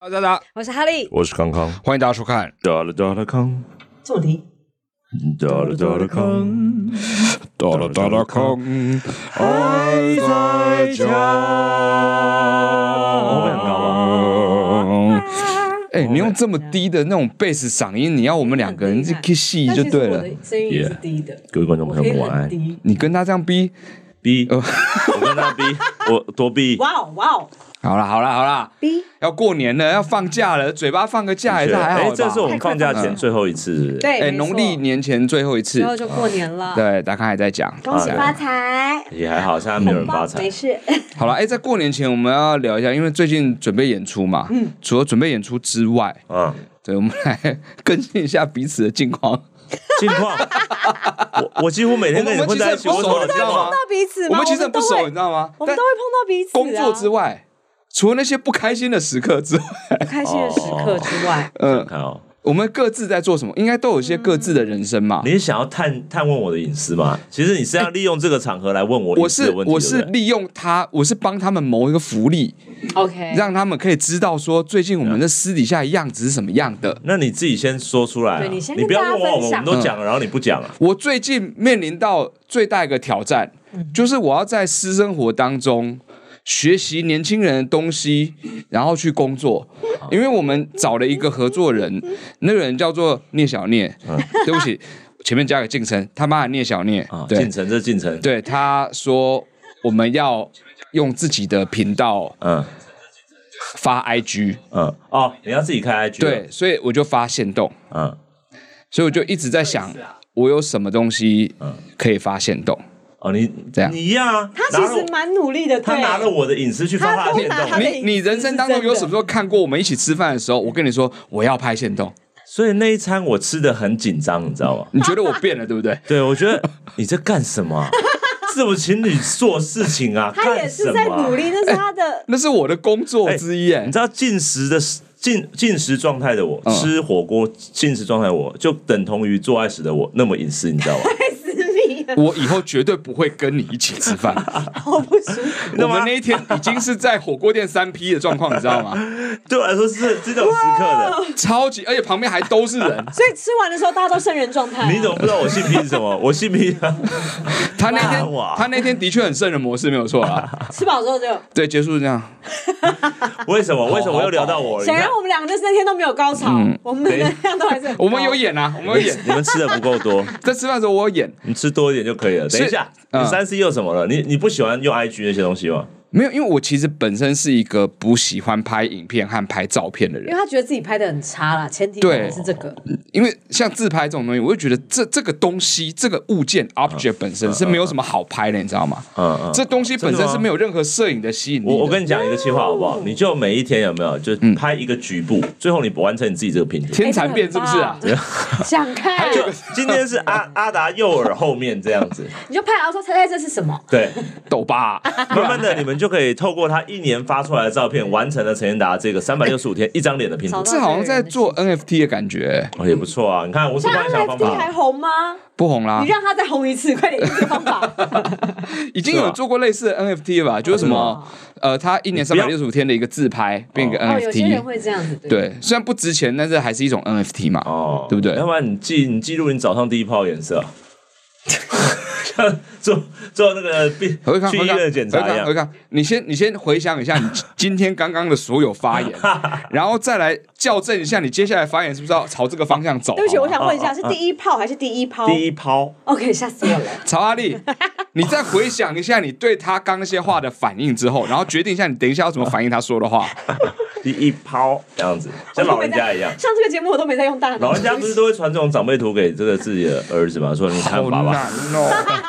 大家好，我是哈利，我是康康，欢迎大家收看。哒啦哒啦康，做题。哒啦哒啦康，哒啦哒啦空，还在讲。我们两个吗哎、你用这么低的那种贝斯嗓音，你要我们两个人去戏就对了。但其实我的声音也是低的，各位观众我朋可友以们晚很安。低。你跟他这样逼， B，我跟他 B，我多 B，哇哦哇哦好啦好啦好啦， ，B 要过年了，要放假了，嘴巴放个假也是还好哎吧？，这是我们放假前最后一次，是不是？对，哎没错农历年前最后一次然，后就过年了，对，大家还在讲。恭喜对发财，也还好，现在没有人发没财。事，好了，哎、在过年前我们要聊一下，因为最近准备演出嘛，嗯，除了准备演出之外，嗯，对，我们来更新一下彼此的近况。近况，我我几乎每天跟你混在一起，我我们其怎实很不熟么你知 道吗碰到彼此我吗？们其实很不都会熟，你知道吗？我但们都会碰到彼此啊。工作之外，除了那些不开心的时刻之外，不开心的时刻之外，嗯、看哦，我们各自在做什么，应该都有一些各自的人生嘛。你是想要探探问我的隐私吗？其实你是要利用这个场合来问我哎我隐私是的问题，我是对不对利用他，我是帮他们谋一个福利， OK，哦 让他们可以知道说最近我们的私底下的样子是什么样的。那你自己先说出来啊，对你先跟你不要问大家我，分我享们都讲了，然后你不讲啊，我最近面临到最大一个挑战，嗯就是我要在私生活当中学习年轻人的东西，然后去工作。啊因为我们找了一个合作人，那个人叫做聂小聂，嗯对不起，前面加个敬称，他妈的聂小聂啊，，进对程这进程，对，他说我们要用自己的频道嗯。发 IG，嗯，哦，你要自己开 IG，对，，所以我就发现动，嗯，所以我就一直在想，我有什么东西可以发现动。哦，你这样你一样啊，他其实拿了蛮努力的，他对拿了我的隐私去发他的他都电拿动他，的你你人生当中有什么时候看过我们一起吃饭的时候，我跟你说我要拍线动，所以那一餐我吃的很紧张，你知道吗？你觉得我变了对不 对？对，我觉得 你在干什么啊？ 这种情侣做事情啊，他也干什是在么啊努？力，那是他的那是我的工作之一哎、你知道进食的进进食状态的我，嗯吃火锅进食状态的我就等同于做爱时的我那么隐私，你知道吗？哎太私密了，我以后绝对不会跟你一起吃 饭。好不舒服。我们那一天已经是在火锅店三 P 的状况，你知道吗？对我来说是这种时刻哦的。超级，而且旁边还都是人。所以吃完的时候，大家都圣人状态啊。你怎么不知道我性癖是什么？我性 癖啊，他那天哇哇他那天的确很圣人模式，没有错啊。吃饱之后就对，结束是这样。为什么？为什么又聊到我了？你显看然我们两个就是那天都没有高潮，我们的能量都还是很高嗯我们有演啊，我们有演。你们吃的不够多， 在吃饭的时候我有演，你吃多一点就可以了。是等一下，嗯你三 C 又怎么了？你你不喜欢用 IG 那些东西吗？没有，因为我其实本身是一个不喜欢拍影片和拍照片的人因为。他觉得自己拍的很差啦，前提对可能是这个，哎因为像自拍这种东西，我就觉得这这个东西、这个物件 object 本身是没有什么好拍的，你知道吗？嗯嗯。这东西本真身的吗是没有任何摄影的吸引力的。我我跟你讲一个计划好不哦好？你就每一天有没有就拍一个局部，最后你完成你自己这个拼图。嗯天蚕变是不是啊？哎 想看就今天是阿阿达右耳后面这样子，你就拍，然后说猜猜这是什么？对，抖吧，慢慢的你们就可以透过他一年发出来的照片，完成了陈建达这个三百六十五天一张脸的拼图 找，到这好像在做这个人 NFT 的感觉，哦也不错啊。你看我是的帮心你情。想那方 NFT 还法，啊红吗？不红啦你。让他再红一次，快点，一个方 法。哦已经有做过类似的 NFT 了吧？就是什么呃，他一年三不百要六十五天的一个自拍变一个哦，有些人 NFT，会这样子，对。对，虽然不值钱，但是还是一种 NFT 嘛，哦，对不对要？不然你记你记录你早上第一泡颜色， 做做那个病何康，去何医康，院的检查一何康，何样。康，你先你先回想一下 你今天刚刚的所有发言，然后再来校正一下你接下来发言是不是要朝这个方向走？对不起，好我吗想哦问一下，是第一炮还是第一抛？第一泡， OK，吓死我了。曹阿 力，你再回想一下你对他刚那些话的反应之后，然后决定一下你等一下要怎么反应他说的话。第一泡这样子，像老人家一样我都没在。上这个节目我都没在用大脑。老人家 不是都会传这种长辈图给这个自己的儿子吗？说你看好 爸难爸，哦。Oh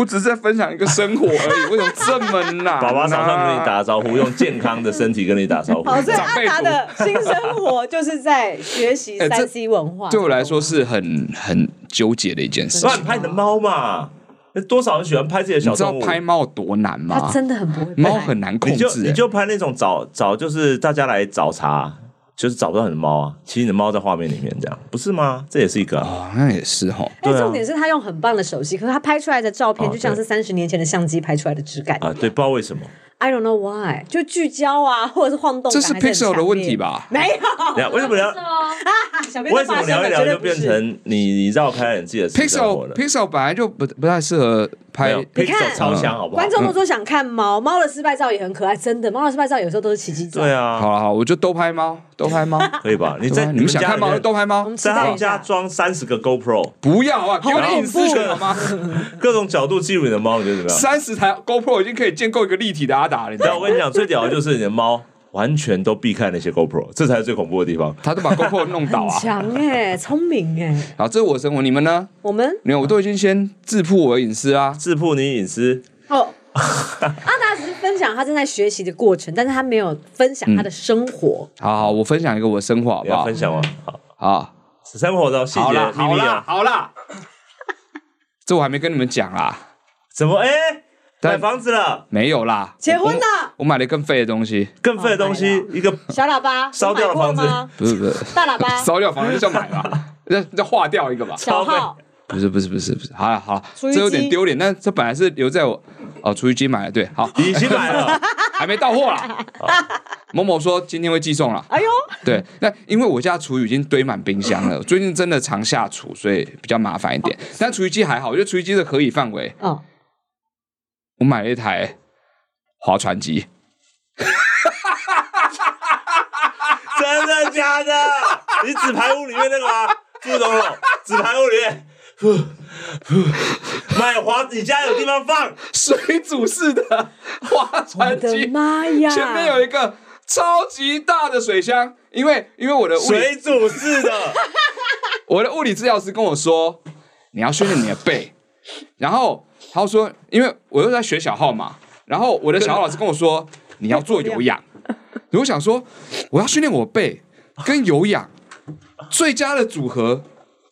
我只是在分享一个生活而已，为什么这么难、啊？爸爸早上跟你打招呼，用健康的身体跟你打招呼。好，哦所以长阿辈达的新生活就是在学习哎这三 C 文化。对我来说是很很纠结的一件事那情。你拍你的猫嘛？多少人喜欢拍自己的你小知道动物？拍猫多难吗他？真的很不会拍猫很难控你就制、你欸，就拍那种找找，就是大家来找茬，就是找不到你的猫啊，其实你的猫在画面里面，这样不是吗？这也是一个啊、哦，那也是哈。哎，对啊重点是他用很棒的手机，可是他拍出来的照片哦就像对是三十年前的相机拍出来的质感。哦啊对，不知道为什么。 I don't know why，就聚焦啊， 或者是晃动感这是还很 Pixel 的强烈问题吧没有，等一下为什么聊？ 啊小编为都什么发现聊了一聊绝对就不是变成你你绕开了你自己的私生活 Pixel 了？ Pixel 本来就不不太适合没拍有你看 Pixel 超香，好嗯不好观？众都说想看猫，猫的失败照也很可爱，真的，猫的失败照有时候都是奇迹照。对啊，好了好，我就都拍猫，都拍猫。可以 吧？你对在啊你你们想家看里猫就面，都拍我猫们，期在他待们一家下。装三十个 GoPro，不要啊，给我点隐私权好 吗？各种角度记录你的猫，你觉得怎么样？三十台 GoPro 已经可以建构一个立体的阿达了，你知 啊但道我吗？跟你讲，最屌的就是你的猫完全都避开那些 GoPro，这才是最恐怖的地方。他都把 GoPro 弄 倒啊！强哎、聪明哎、好，这是我生活，你们呢？我们你们我都已经先自曝我的隐私啊，自曝你隐私，哦， 阿达只是分享他正在学习的过程，但是他没有分享他的生活。嗯好好，我分享一个我生活好你不要好分？享吗？好，好，生活的细好节啦，秘好密啦，啊？好啦，这我还没跟你们讲啦，怎么？哎，但买房子了，没有啦，结婚了，我买了更废的东西，更废的东哦西一个小喇叭烧掉了你买过吗？不是不是，大喇 叭， 烧掉房子就叫买吧， 要要划掉一个吧。小号，不是不是不是不是，好了好了，厨余这有点机丢脸，但这本来是留在我哦，厨余机买了，对，好，已经买了，还没到货 啦。某某说今天会寄送了，哎呦，对，那因为我家厨余已经堆满冰箱了，最近真的常下厨，所以比较麻烦一点。但厨余机还好，我觉得厨余机的可以范围，哦，我买了一台划船机，真的假的？你纸牌屋里面那个吗？副总统，纸牌屋里面，呼呼买花，你家有地方放？水煮式 的划我船的机，妈呀！前面有一个超级大的水箱，因为因为我的物理水煮式的，我的物理治疗师跟我说，你要训练你的背。然后他说，因为我又在学小号嘛，然后我的小号老师跟我说，你要做有氧。我想说，我要训练我背跟有氧，最佳的组合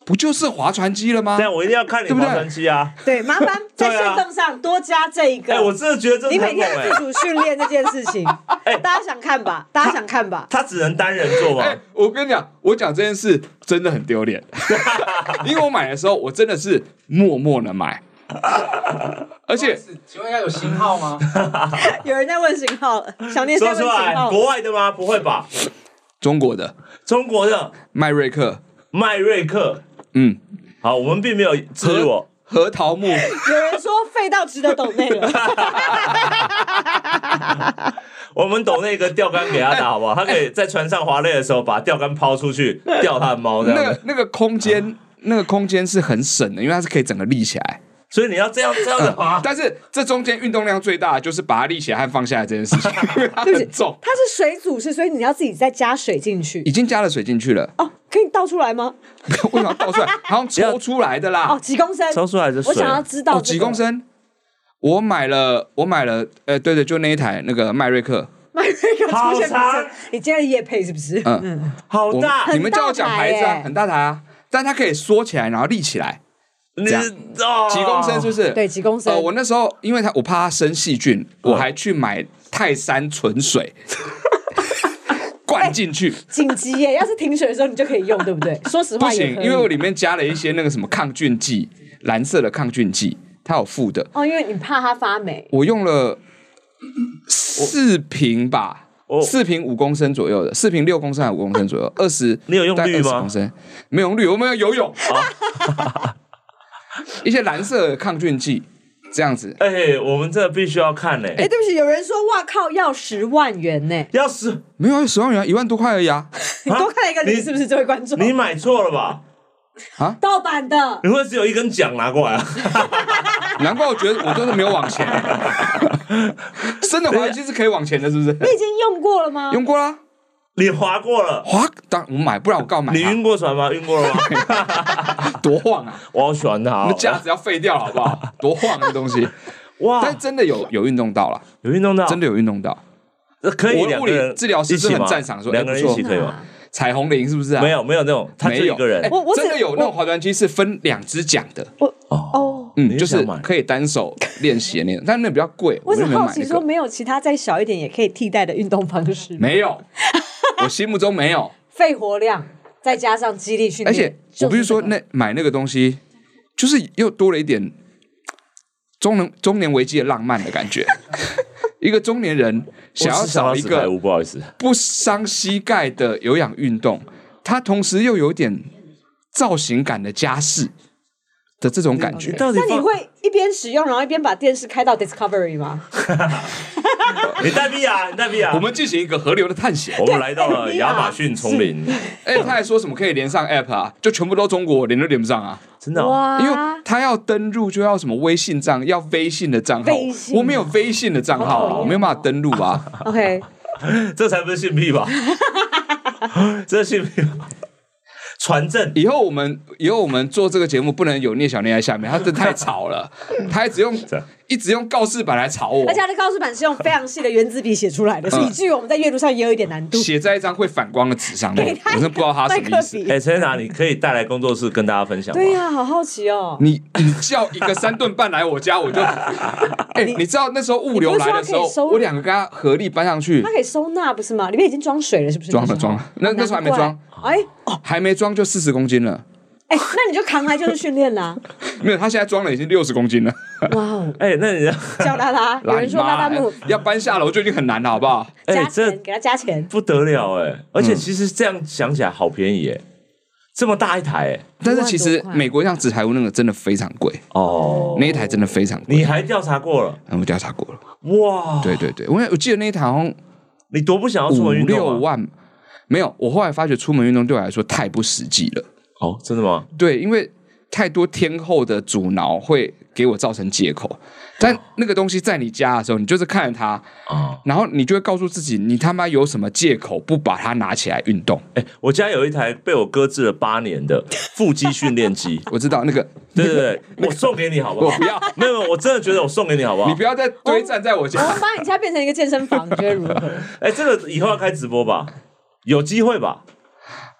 不就是划船机了吗这？样我一定要看你对不对划船机啊！对，麻烦在 对啊线动上多加这一个。哎，我真的觉得这你每很猛天哎的自。主训练这件事 情，大家想看吧？大家想看吧？他只能单人做哎、吗？我跟你讲，我讲这件事真的很丢 脸，因为我买的时候我真的是默默的买，而且是，请问一下有型 号吗？有人在问型号了，小念在说问出型来，号。国外的吗？不会吧？中国的中国的迈瑞克，迈瑞克。嗯，好，我们并没有置入哦。核桃 木。有人说废到值得抖内了， 我们懂那个钓竿给他打好不好？他可以在船上划累的时候把钓竿抛出去钓他的猫啊这那样个子。那个空间，那个空间是很省的，因为它是可以整个立起来。所以你要这样这样子划，啊但是这中间运动量最大的就是把它立起来和放下来这件事情， 因为它对不起很重，它是水煮式，所以你要自己再加水进去已。经加了水进去 了，哦，可以倒出来吗？为什么要倒出来？好像抽出来的啦 哦，，几公升？抽出来的水我想要知道哦，这个几公 升。我买了，我买了，呃，对对，就那一台那个迈瑞克，迈瑞克出现名好长字，你今天的夜配是不是？嗯嗯，好我大。你们叫我讲牌子很啊，很大大台耶台啊，但它可以缩起来，然后立起来，你这样哦几公升是不是？对，几公升呃，？我那时候因为它我怕它生细菌，我还去买泰山纯水灌进去，紧急耶！要是停水的时候你就可以用，对不对？说实不话也行，可以因为我里面加了一些那个什么抗菌剂，蓝色的抗菌剂，它有附的，哦，因为你怕它发霉。我用了四瓶吧哦。四瓶五公升左右的，四瓶六公升还是五公升左 右，二十。你有用大概绿吗20公升没有用绿，我们要游 泳。一些蓝色的抗菌剂，这样子。哎、我们这必须要看呢、哎，对不起，有人说哇靠，要十万元啊呢！要是没有十万元，一万多块而已啊！你多看了一个你零，是不是这位观众？你买错了吧？盗版的，你会只有一根桨拿过来 啊？难怪我觉得我真的没有往 前。真的滑机是可以往前的，是不是？你已经用过了吗？用过啦，你划过了，滑当我买，不然我告买你晕它。过船吗？晕 过了吗？多晃啊！我好喜欢它、我哦们，架子要废掉了，好不好？多晃啊这东西，哇但，真的有有运动到了，有运动到，真的有运动到。的呃可以我两物个人理治疗师一是起很吗？赞赏说，两个哎人不一错起可以天吗哪？彩虹铃是不是啊？没有没有那种，他就没一有个人哎我我只真的有那种我划船机是分两只桨的，我哦，嗯，你就是是想买可以单手练习的那种，但那比较贵，我我就只没好买奇那说，个。没有其他再小一点也可以替代的运动方式吗？没 有，我心目中没有。肺活量，再加上肌力训而练，且就我不是说这个那买那个东西，就是又多了一点中年中年危机的浪漫的感觉。 一个中年人想要找一我只想到纸牌个屋，不好意思，不伤膝盖的有氧运动，它同时又有点造型感的家饰的这种感 觉。到底 那你放会一边使用，然后一边把电视开到 Discovery 吗？你带币啊，你带币啊，我们进行一个河流的探险我。们来到了 对啊亚马逊丛林，哎，他还说什么可以连上 App 啊？就全部都中国，连都连不上啊！真的哦，哇因为他要登入就要什么微信账，要微信的账号微，信我没有微信的账好号讨啊，厌我没有办法登录啊。 OK，这才不是性癖吧？ 这是性癖吧？传 证以后我们以后我们做这个节目不能有聂小念在下面，他真的太吵了，他还只用样一直用告示板来吵我而且，它的告示板是用非常细的原子笔写出 来的，所以嗯至于我们在阅读上也有一点难 度。写在一张会反光的纸上面给，我他一真的个不知道他什么意思。麦克笔哎，陈娜，你可以带来工作室跟大家分享吗？对呀、好好奇哦。你你叫一个三顿半来我家，我就， 哎，你知道那时候物流来的时你不候是说可以收，我两个跟他合力搬上去它，可以收纳，不是吗？里面已经装水了，是不是？装了那时候装了那哦那时候还没装难怪哎还没装就四十公斤了，哎，那你就扛来就是训练啦。没有，他现在装了已经六十公斤了。哇哦，哎，那你 叫拉拉，有人说拉拉木要搬下楼就已经很难了，好不好？加哎，这。钱，给他加钱 不得了哎！嗯而且其实这样想起来好便宜哎，这么大一台哎，但是其实美国像纸牌屋那个真的非常贵，哦，那一台真的非常贵。你还调查过了嗯我调查过了，哇？对，对对，我我记得那一台好像你多不想要出五门运六动啊？万，没有。我后来发觉出门运动对我来说太不实际了，哦，真的吗？对，因为太多天后的阻挠会给我造成借口。但那个东西在你家的时候，你就是看着它，啊，然后你就会告诉自己，你他妈有什么借口不把它拿起来运动？哎，我家有一台被我搁置了八年的腹肌训练机， 我知道那个，对对对，我送给你好不我好不？要，没有，没有我真的觉得我送给你哦好不你好不？要再堆站在我家我。们把你家变成一个健身房，你觉得如何？ 哎，这个以后要开直播吧？有机会吧？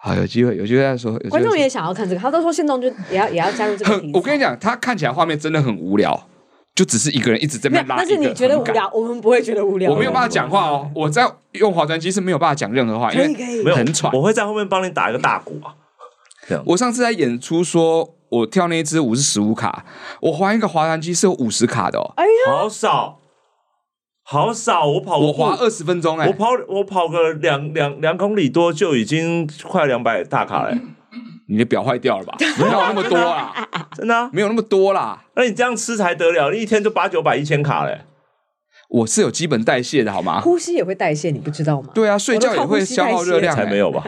好，有机会，有机会再说。有机会再说观众也想要看这个，他都说现动就也要也要加入 这个题很，材。我跟你讲，他看起来画面真的很无聊，就只是一个人一直在没那有，边拉。但是你觉得无？聊，我们不会觉得无聊。我没有办法讲话哦，我在用划船机是没有办法讲任何话，因可以为可以没，有，很喘我会在后面帮你打一个大鼓啊。我上次在演出说，我跳那一支舞是十五卡，我划一个划船机是有五十卡的啊哦，哎呀，好少，好少，我跑我划我二十分钟哎、我跑我跑个两两两公里多就已经快两百大卡了、你的表坏掉 了吧？没有那么多啦，真的、啊。没有那么多啦，那你这样吃才得了，你一天就八九百一千卡嘞、我是有基本代谢的好吗？呼吸也会代谢，你不知道吗？对啊，睡觉也会消耗热量、才欸，没有吧？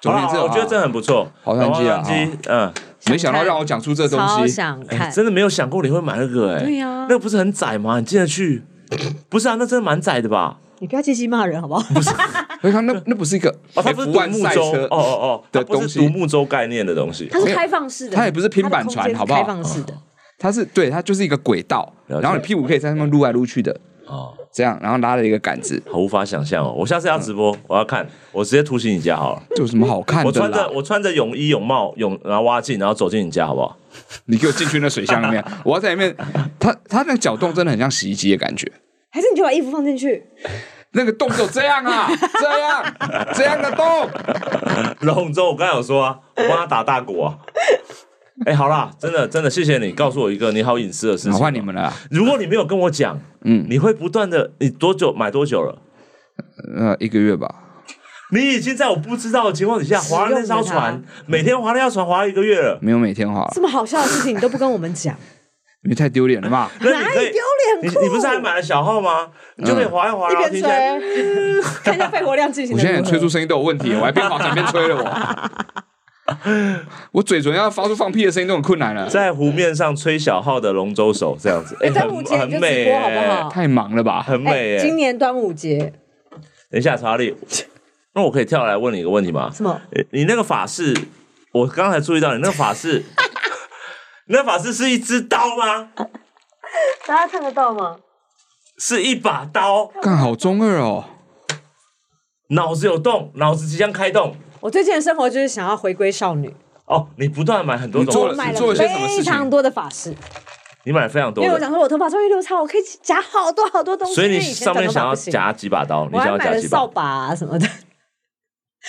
总而言之好啊。啦我觉得这很不错。好像记啊好像记嗯，没想到让我讲出这东超西，想哎、看，真的没有想过你会买那个哎、对啊呀那个不是很窄吗？你进得去？ 不是啊，那真的蛮窄的吧？你不要借机骂人好不好？我看那那不是一个 哦，它不是 F1 独木哎赛舟，车哦哦哦，它的不东是西独木舟概念的东西。它是开放式的，它也不是平板船它的空间是好不好哦开放式的，它是对，它就是一个轨道，了解然后你屁股可以在上面撸来撸去的，哦，这样，然后拉了一个杆子，好无法想象哦！我下次要直播，我要看，我直接突袭你家好了。这有什么好看我的啊穿着啦？我穿着泳衣、泳帽、泳然后蛙镜，然后走进你家好 不好？你给我进去那水箱里面， 我要在里面，它它那个搅动真的很像洗衣机的感觉，还是你就把衣服放进去？那个洞就这样 啊，这样这样的洞，龙舟，我刚才有说啊，我帮他打大鼓啊。哎、好啦，真的真的，谢谢你告诉我一个你好隐私的事情。好换你，们了啦，如果你没有跟我讲，嗯，你会不断的，你多久买多久了？呃，一个月吧，你已经在我不知道的情况底下划了那艘使用船了，嗯每天划那艘船划了一个月了。没有每天好了这，么好笑的事情你都不跟我们讲，因为太丢脸了嘛。那你可以 哪里丢脸你酷你不是还买了小号吗？你就可以划一划，一然后边停下来。吹， 看一下肺活量进行我得现在如连何。吹出声音都有问 题，我还边划船边吹了我，我嘴唇要发出放屁的声音都很困难了，在湖面上吹小号的龙舟手这样子，哎、端午很节很你就直美、播好不哎，好？太忙了吧？很美、哎。今年端午节等一下，查理，那我可以跳来问你一个问题吗？什么？呃你那个法式，我刚才注意到你那个法式， 你那法式是一只刀吗？大家看得到吗？是一把刀，干好中二哦，脑子有洞，脑子即将开动。我最近的生活就是想要回归少女，哦，你不断买很多你做种我了法买式做了了些什么事非情常多的法式，你买了非常因多为我的，想说我头发终于留长，我可以夹好多好多东西。所以你因为以前上面长头发想要不行，夹几把刀，我你想还要买夹了几把扫？把啊什么的，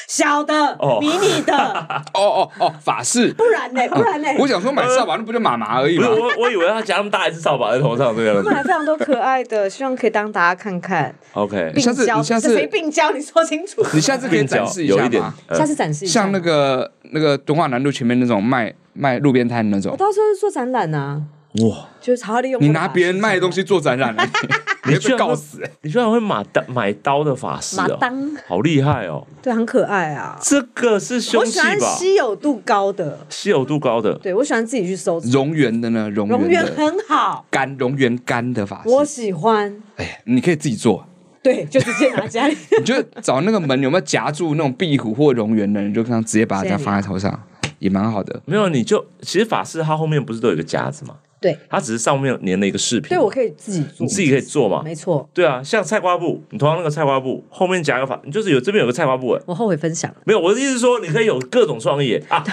小的哦、迷你的， 哦哦哦，法式。不然呢？不然呢？我想说买扫把，那不就妈妈而已不吗是？我，我以为要夹那么大一只扫把在头上这个 样买了子。非常多可爱的，希望可以当大家看看。 OK，你下次病娇你下次这谁病娇？你说清楚。你下次可以鬓角展示一有下一点吗？，呃下次展示一下。像那，个那个敦化南路前面那种卖卖路边摊那我种，到时候做展览呐，哇，就是好好利用。你拿别人卖的东西做展览 啊，你你会居被然会告死。你居然会买刀买刀的法师马哦，当，好厉害哦！对，很可爱啊。这个是凶我器喜欢吧？稀有度高的，稀有度高的，对我喜欢自己去收藏。蝾螈的呢？蝾蝾螈螈的很好，干，蝾螈干的法式，我喜欢。哎，你可以自己做，对，就直接拿家里。你就找那个门有没有夹住那种壁虎或蝾螈的，你就这样直接把它这样啊放在头上，也蛮好的。没有你就其实法师它后面不是都有一个夹子吗？对，它只是上面粘了一个饰品。对我可以自己做你，自己可以做嘛？没错。对啊，像菜瓜布，你同样那个菜瓜布后面夹个法，你就是有这边有个菜瓜布哎，我后悔分享了，没有我的意思是说你可以有各种 创意啊。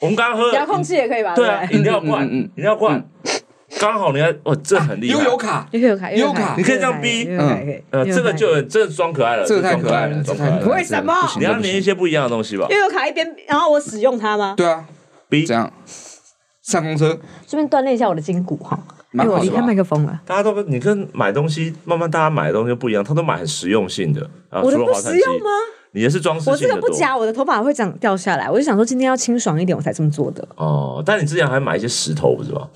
我们刚刚喝了遥控器也可以吧？对啊，不饮料罐，嗯嗯嗯饮料罐，刚好你看，哦，这很厉害悠。游卡，对，也可以有卡，也有卡，你可以这样逼也有卡也可以呃，也有卡这个就有这个装可爱了，这个太装可可爱了，了，这装个可太爱可爱了。了。为什么这个不行你要这粘不一行些不一样的东西吧？又有卡一边，然后我使用它吗？对啊，逼这样上公车顺便锻炼一下我的筋骨哈，因蛮为好我的吧离开麦克风了。大家都跟你跟买东西，慢慢大家买的东西不一样，他都买很实用性的啊，我的除了不滑铲实机，用吗？你的是装饰我性这个的多不夹，我的头发会长掉下来。我就想说，今天要清爽一点，我才这么做的。哦。但你之前还买一些石头，不是吧？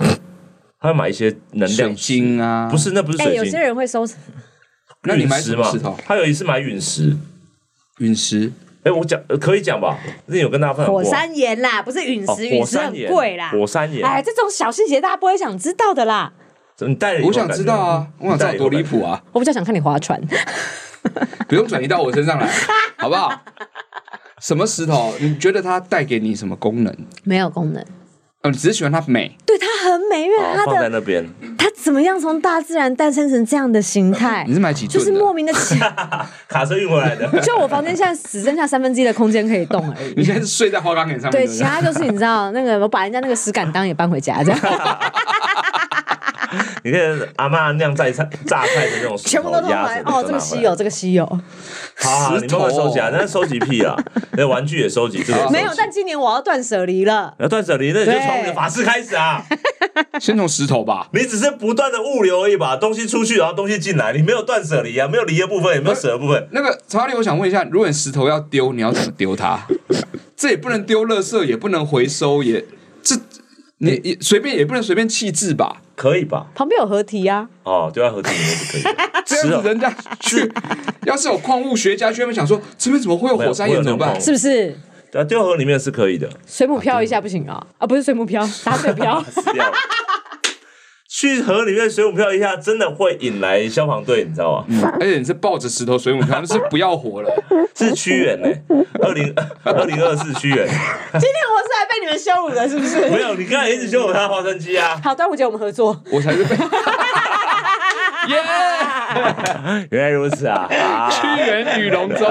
还买一些能水量石，晶啊，不是，那不是哎，有水些晶，人会收，那你买陨石什么嘛石头？他有一次买陨石，陨石，哎，我讲呃可以讲吧？之前有跟大家分享过火山岩啦，不是陨啊哦石，陨火石山很岩贵啦。火山岩，哎，这种小细节大家不会想知道的啦。你带了以后我想感觉知道啊，我想知道多离谱啊，我比较想看你划船，不用转移到我身上来，好不好？什么石头？你觉得它带给你什么功能？没有功能。嗯，只是喜欢它美，对，它很美，因为哦它放在的那边，它怎么样从大自然诞生成这样的形态你，是买几就吨是的？莫名的起。卡车运回 来的。就我房间现在只剩下三分之一的空间可以动而已。你现在是睡在花岗岩上面，对，不其他就是你知道那个，我把人家那个石敢当也搬回家，这哦样你看阿妈酿榨菜、榨菜的那种石头全部都偷压来。着哦，这个稀有，，这个稀有，好好，好你慢慢收集啊，那收集屁 啊，那玩具也收集，这个也收集没有。但今年我要断舍离了。那断舍离，那你就从你的法式开始啊！先从石头吧。你只是不断的物流而已吧，东西出去，然后东西进来，你没有断舍离啊，没有离的部分，也没有舍的部分。那个查理，我想问一下，如果你石头要丢，你要怎么丢 它？这也不能丢垃圾，也不能回收，也这你也随便也不能随便弃置吧？可以吧？旁边有合体啊，哦，丢在盒子里面是啊哦可以 的。这样子人家 去，要是有矿物学家去那边想说，这边怎么会有火山岩怎么办没有？是不是？对啊，丢盒里面 是可以的，水母漂一下不行啊？啊，不是水母 漂，打水漂。死掉了。去河里面水母漂一下，真的会引来消防队，你知道吗？而哎且你是抱着石头水母漂，那是不要活了。是屈原 呢、二零二零二四屈原。今天我是来被你们羞辱的，是不没是？有，你刚才一直羞辱他划船机啊！好，端午节我们合作。我才是 被耶原来如此 啊！啊屈原与龙舟，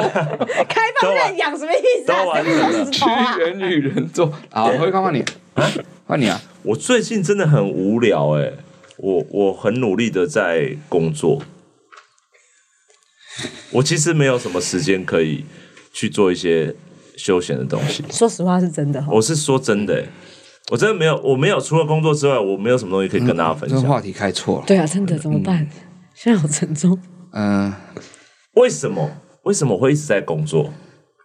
开放认养什么意思都啊？完谁了会用石屈头啊？原与人舟。好，回看换你，换你啊！我最近真的很无聊哎、我我很努力的在工作，我其实没有什么时间可以去做一些休闲的东西。 说实话是真的哈，我是说真嗯的、欸，我真的没有，我没有除了工作之外，我没有什么东西可以跟大家分这个嗯享。话题开错了。对啊，真的怎么办？现在好沉重。嗯为什么？为什么会一直在工作？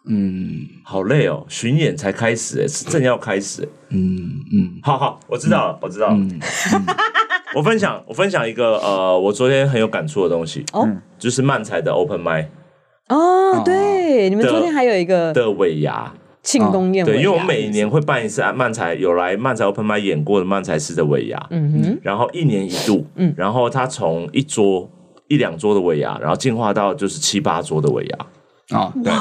嗯好累哦，巡演才开始、欸，是正要开始、欸。嗯嗯，好好，我知道了，我知道了。 我分享，我分享一个呃，我昨天很有感触的东西，哦就是漫才的 Open m i 哦，对，你们的昨天还有一个的尾牙，庆功宴尾哦对，牙，因为我每年会办一次啊漫才，有来漫才 Open m i 演过的漫才师的尾牙，嗯哼，然后一年一度，嗯，然后他从一桌一两桌的尾牙，然后进化到就是七八桌的尾牙，哦，对，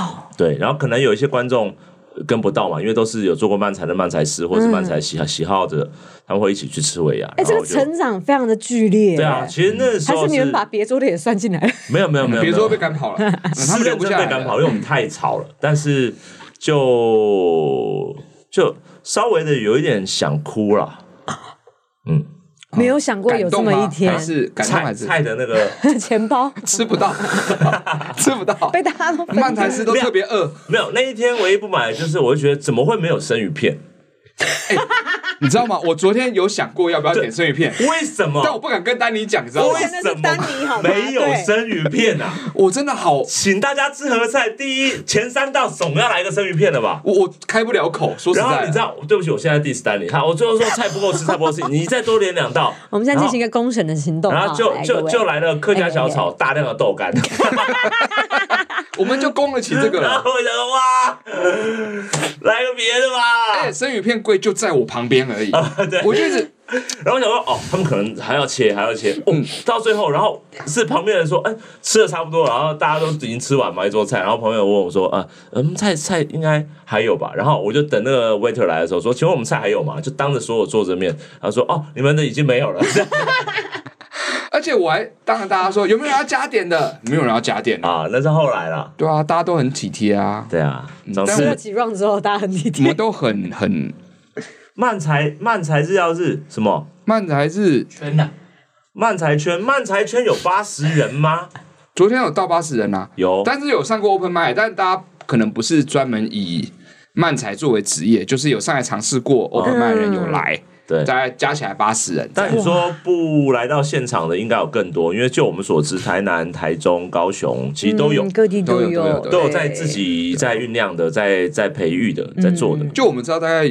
对，然后可能有一些观众呃跟不到嘛，因为都是有做过漫才的漫才师或者是漫才喜好喜好者，他们会一起去吃尾牙，嗯哎，然后这个就成长非常的剧烈，对啊，其实哦那时还候是你们把别桌的也算进来了，没有没有没有，别没有说被赶 跑了，嗯他是们留认不真下被来赶跑，了。因为我们太吵了。但是就就就稍微的有一点想哭了。嗯，没有想过感有这动么吗一天还，是感动菜还是菜的那个 钱包吃不 到，吃不到。被大家都漫谈师都特别饿，没有那一天唯一不满的就是，我就觉得怎么会没有生鱼片？你知道吗？我昨天有想过要不要点生鱼片，为什么？但我不敢跟丹尼讲，你知道吗为？那什是丹尼好么吗没有对生鱼片啊？我真的好，请大家吃盒菜，第一前三道总要来个生鱼片了吧？我我开不了口，说实然后在你知的，道，对不起，我现在 diss 丹尼，他我最后说菜不够吃，菜不够吃，你再多连两道。我们现在进行一个公审的行动，然后，然后哦好就来各就位哎就来了客家小炒，大量的豆干。 啊我们就供得起这个然了。后我想说哇，来个别的哎，吧。生鱼片柜就在我旁边而已，对我就一直然后我想说哦，他们可能还要切，还要切。哦，嗯到最后，然后是旁边人说，哎，吃的差不多了，然后大家都已经吃完嘛一桌菜。然后朋友问我说，啊，嗯，菜菜应该还有吧？然后我就等那个 waiter 来的时候说，请问我们菜还有吗？就当着所有桌子的面，然后说哦，你们的已经没有了。 而且我还当着大家说有没有人要加点的，没有人要加点的。啊，那是后来了。对啊，大家都很体贴啊，对啊，总但吃了之几 round 之后，大家很体我们贴。都很很慢才慢才日要日什么？慢才是圈呐、慢才圈慢才圈有八十人吗？昨天有到八十人啊，有但是有上过 open mic，但大家可能不是专门以漫才作为职业，就是有上来尝试过哦 open mic 的人嗯有来，对大。概加起来八十人。但你说不来到现场的应该有更多，因为就我们所知，台南、台中、高雄其实都有嗯，各地都有都有有，都都有对在自。己在酝酿的，在在培育的，在做的。就我们知道，大概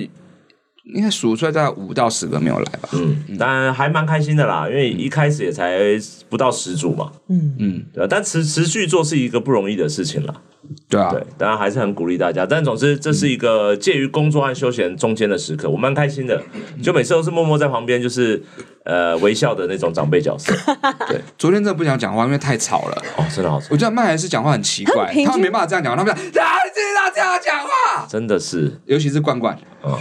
应该数出来大概五到十个没有来吧。嗯，但还蛮开心的啦，因为一开始也才不到十组嘛，嗯，嗯，对吧啊但持持续做是一个不容易的事情啦。对啊，对，当然还是很鼓励大家。但总之，这是一个介于工作和休闲中间的时刻，我蛮开心的。就每次都是默默在旁边，就是呃微笑的那种长辈角色。昨天真的不想讲话，因为太吵了。 哦，真的好吵我，觉得漫才师讲话很奇怪很， 平均他们没办法这样讲话，他们讲啊，你自己要这样讲话，真的是尤其是罐罐，啊，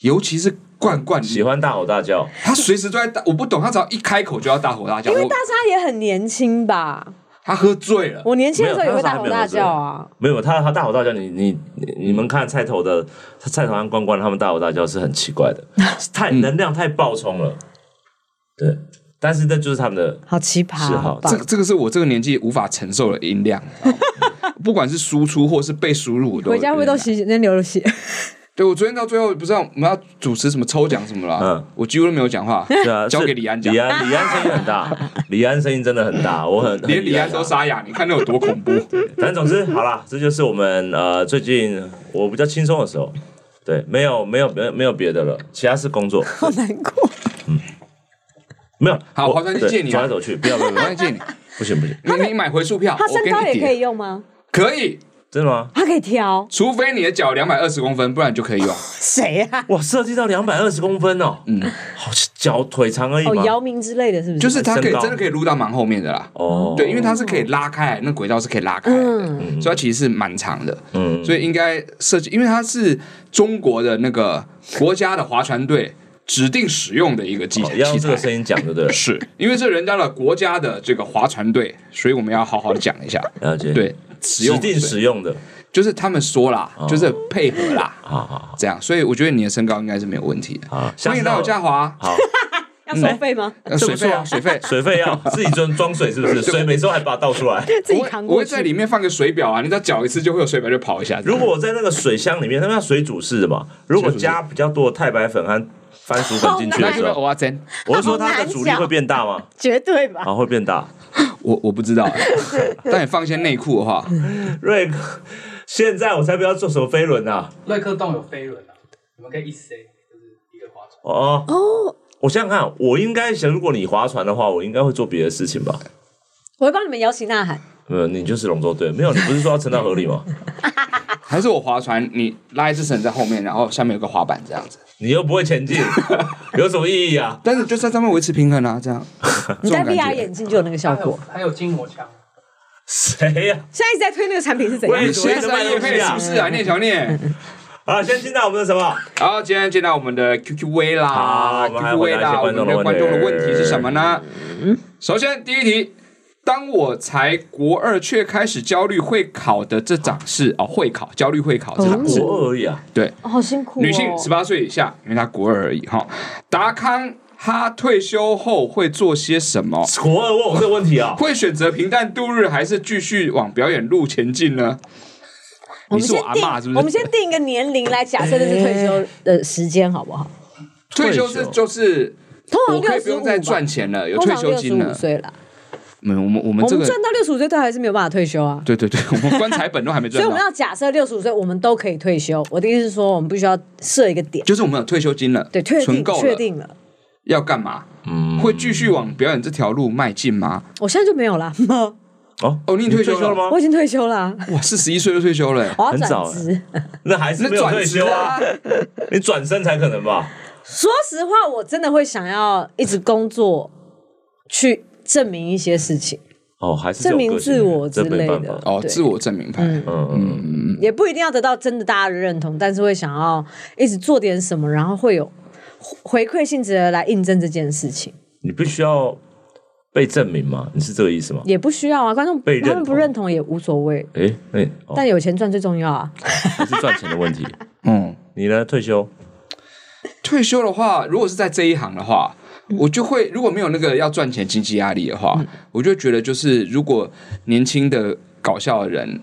尤其是罐罐，喜欢大吼大叫。他随时都在大，我不懂，他只要一开口就要大吼大叫，因为我大家也很年轻吧？他喝醉了。我年轻的时候也会大吼没有大叫啊。没有他，他大吼大叫，你你你你们看菜头的菜头和关关他们大吼大叫是很 奇怪的，太嗯能量太爆冲了。对，但是这就是他们的好奇葩，是好好棒这个这个是我这个年纪无法承受的音量，你知道吗 不管是输出或是被输入，我都回家会都洗，那流了血。对我昨天到最后不是我们要主持什么抽奖什么啦，嗯我几乎都没有讲话对啊，，交是给李安讲李，安，李安声音很大， 李安声音真的很大，我很连李安都。很意外啊沙哑，你看那有多恐 怖？但总之，好啦，这就是我们呃最近我比较轻松的时候，对，没有没有没有没有别的了，其他是工作，好难过。没有。好我划算去对借你啊走来走去，不要不要没不要，关系，你不行不行，你你买回数票，他我身给高你也可以叠，用吗？可以，真的吗？他可以 调除非你的脚两百二十公分，不然就可以用。谁啊？哇，设计到两百二十公分哦，嗯，好脚腿长而已哦，嘛，姚明之类的，是不是？就是它可以身高真的可以撸到蛮后面的啦。哦，对，因为它是可以拉开来，那轨道是可以拉开来的，嗯所以它其实是蛮长的。嗯，所以应该设计，因为它是中国的那个国家的划船队指定使用的一个技哦要器用这个声材。音讲就对了，是因为是人家的国家的这个划船队，所以我们要好好的讲一下。了解，，对，使指用定使用的，就是他们说啦，就是配合啦，好好好这样。所以我觉得你的身高应该是没有问题的。好，啊下欢次迎来我家滑，好，要收费吗？呃这水不费错啊，水费。水费 要自己装装水是不是？水每次都还把它倒出来。自己我扛会我过会在去。里面放个水表啊，你只要搅一次就会有水表，就跑一下。如果我在那个水箱里面，那要水煮式的嘛，如果加比较多的太白粉和番薯粉进去那的你时们候，偶尔真，我是说它的阻力会变大吗？绝对吧？啊，会变大。我我不知道，啊但你放一些内裤的话，瑞哥，现在我才不要做什么飞轮啊！瑞克洞有飞轮啊，你们可以一起 C，就是一个划船。哦哦，我想想看，我应该想，如果你划船的话，我应该会做别的事情吧？我会帮你们摇旗呐喊。呃，你就是龙舟队，没有？你不是说要沉到河里吗？还是我划船，你拉一只绳在后面，然后下面有个滑板这样子，你又不会前进，有什么意义啊？ 但是就在上面维持平衡啊，这样。你戴这种感觉 VR 眼镜就有那个效哦还有哎果。还有筋膜枪，谁呀、现在一直在推那个产品是怎样喂？你现在是在夜配是不是啊？念小念。啊？好，先进到我们的什么？好，今天接到我们的 QQV 好啦我们还，QQV 啦，我回答一些们的观观众众的的问问题题是什么呢？首先第一题，当我才国二，却开始焦虑会考的这档事哦，会考焦虑会考这档事，国二而已啊，对，哦好辛苦、哦。女性十八岁以下，因为她国二而已哈。达康他退休后会做些什么？国二问我这个问题啊，会选择平淡度日，还是继续往表演路前进呢？我你们是先我阿定嬷是不是？我们先定一个年 龄来假设这是退休的时间，好不好？退休是就是通常我可以六不十五用再赚钱了，有通退常休六十金五了。岁了，没有，我们我们我这个们赚到六十五岁都还是没有办法退休啊。对对对，我们棺材本都还没 所赚以我到们，要假设六十五岁我们都可以退休。我的意思是说，我们必须要设一个点，就是我们有退休金了，对，确存定够确了，定了。要干嘛？嗯，会继续往表演这条路迈进吗？我现在就没有 啦，哦哦你已经退退休了了吗？我已经退休 啦，哇，四十一岁就退休了欸，我要很早转欸职。那还是那没有转退职休啊啊，？你转身才可能吧？说实话，我真的会想要一直工作，去证明一些事情，哦，还是证这明种个性自我之这没类办的法。哦，对自我证明牌。嗯嗯嗯，也不一定要得到真的大家的认同，但是会想要一直做点什么，然后会有回馈性质的来印证这件事情，你必须要被证明吗？你是这个意思吗？也不需要啊，观众被认他同们不认同也无所谓，诶，那哦但有钱赚最重要啊。不是赚钱的问题。嗯，你呢？退休退休的话，如果是在这一行的话，我就会如果没有那个要赚钱经济压力的话，我就觉得就是如果年轻的搞笑的人。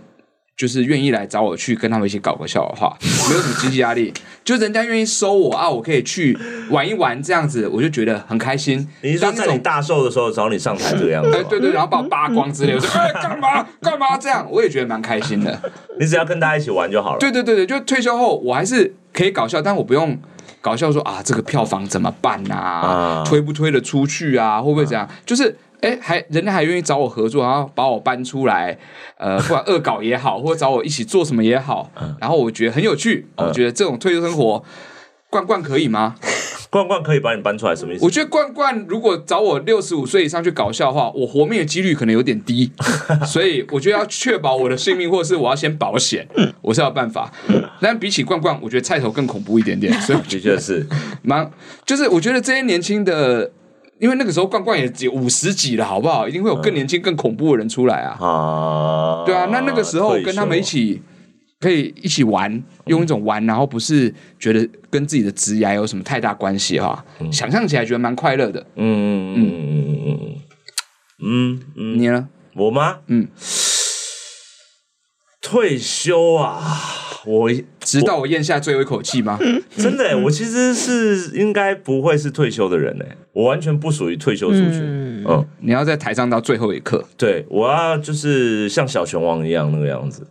就是愿意来找我去跟他们一起搞个笑的话，没有什么经济压力， 就人家愿意收我啊，我可以去玩一玩这样子，我就觉得很开心。你是说当一在你种大寿的时候找你上台这个样子哎，吗？对对，然后把我扒光之类，我就哎干嘛干嘛这样，我也觉得蛮开心的。你只要跟大家一起玩就好了。对对对对，就退休后我还是可以搞笑，但我不用搞笑说啊，这个票房怎么办啊啊？推不推得出去啊？会不会这样？就是。哎，还人家还愿意找我合作，然后把我搬出来， 呃，不管恶搞也好，或者找我一起做什么也好，嗯然后我觉得很有趣，我觉得这种退休生活，罐罐可以吗？罐罐可以把你搬出来，什么意思我？觉得罐罐如果找我六十五岁以上去搞笑的话，我活命的几率可能有点低，所以我觉得要确保我的性命，或者是我要先保险，我是要有办法。但比起罐罐，我觉得菜头更恐怖一点点，所以我觉的 确是，得蛮就是我觉得这些年轻的。因为那个时候罐罐也只有五十几了，好不好？一定会有嗯更年轻、更恐怖的人出来啊！啊，对啊，那那个时候哦退休跟他们一，起，可以一起玩，用一种玩，然后不是觉得跟自己的职涯有什么太大关系哈、想象起来觉得蛮快乐的。嗯嗯嗯嗯嗯嗯嗯，你呢？我吗？嗯，退休啊，我直到我咽下最后一口气吗？真的欸、嗯我其实是应该不会是退休的人呢、欸我完全不属于退休族群。嗯 你要在台上到最后一刻，对，我要就是像小熊王一样那个样子。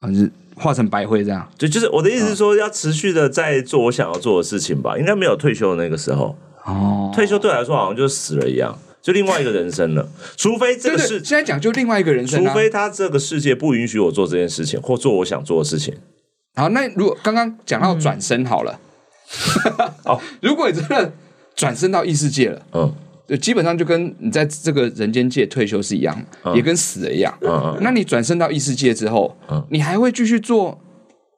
啊，是化成白灰这样。对，就是我的意思是说，要持续的在做我想要做的事情吧，应该没有退休的那个时候。哦，退休对我来说好像就死了一样，就另外一个人生了。除非这对个对，世现，在讲就另外一个人生除啊。非他这个世界不允许我做这件事情，或做我想做的事情。好，那如果刚刚讲到转身好了， 哦，如果你真的转身到异世界了，嗯就基本上就跟你在这个人间界退休是一样，也跟死了一样。嗯嗯，那你转身到异世界之后，你还会继续做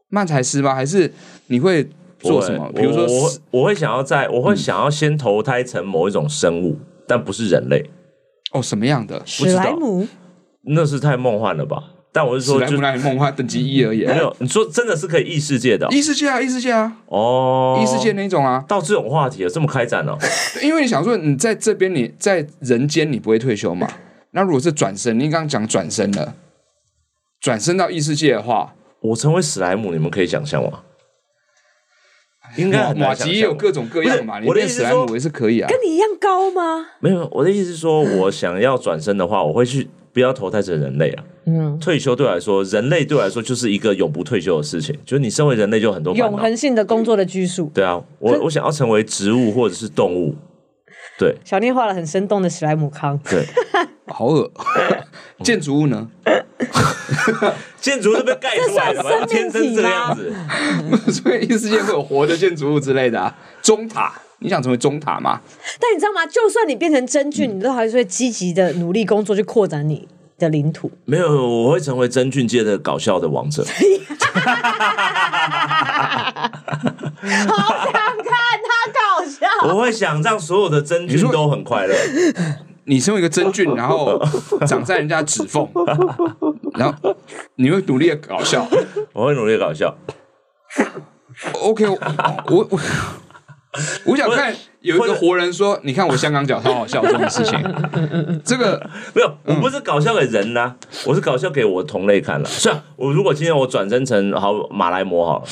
漫才师吗？还是你会做什么？我比如说我死，嗯我会想要在，我会想要先投胎成某一种生物，但不是人类，哦什么样的？知史道莱姆那是太梦幻了吧？但我是史说莱就，姆没那梦幻等级一而已。有，你说真的是可以异世界的异世界啊，异世界啊，哦，异世界那一种啊，到这种话题了，这么开展哦，因为你想说你在这边你在人间你不会退休嘛？那如果是转身，你刚刚讲转身了，转身到异世界的话，我成为史莱姆，你们可以想象吗？应该马很难马想象吉也有各种各样嘛，你不是我的变意思史是莱说姆也是可以啊。跟你一样高吗？没有，我的意思是说，我想要转身的话，我会去不要投胎成人类啊。嗯，退休对我来说，人类对我来说就是一个永不退休的事情，就是你身为人类就有很多烦恼永恒性的工作的拘束。对啊，我我想要成为植物或者是动物。对小念画了很生动的史莱姆康， 对，好 恶，建筑物呢？ 建筑是被盖出来的这算嘛，天生生命体这吗个样子。所以异世界会有活的建筑物之类的啊，中塔。你想成为中塔吗？但你知道吗？就算你变成真嗯菌，你都还是会积极的努力工作去扩展你的领土。没有，我会成为真菌界的搞笑的王 者。好想看他搞笑。我会想让所有的真菌都很快乐。你身为一个真菌，然后长在人家指缝，然后你会努力的搞笑。我会努力搞笑， OK，我我 我我想看有一或个者活人说，你看我香港脚超好笑这种事情，这个没有，我不是搞笑给人呐、我是搞笑给我同类看 了。是啊，我如果今天我转身成好马来模好了，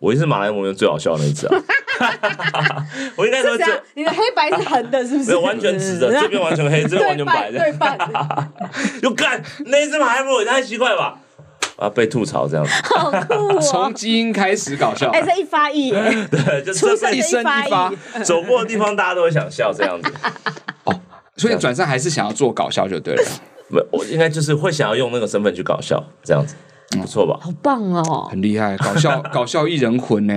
我一定是马来模里面最好笑的那一只 啊！我应该说 是这样这，你的黑白是横的，是不嗯没是？有完全直的，这边完全黑，这边完对全白半的对，半，就干那一只马来模也太奇怪吧？啊，被吐槽 这样子，好酷从哦！基因开始搞笑哎，，这一发一，哎对，就出这生辈的一子生一一发发一，走过的地方大家都会想笑这样子。所以转身还是想要做搞笑就对了。没，我应该就是会想要用那个身份去搞笑这样子，不错吧？好棒哦！很厉害，搞笑搞笑一人魂呢、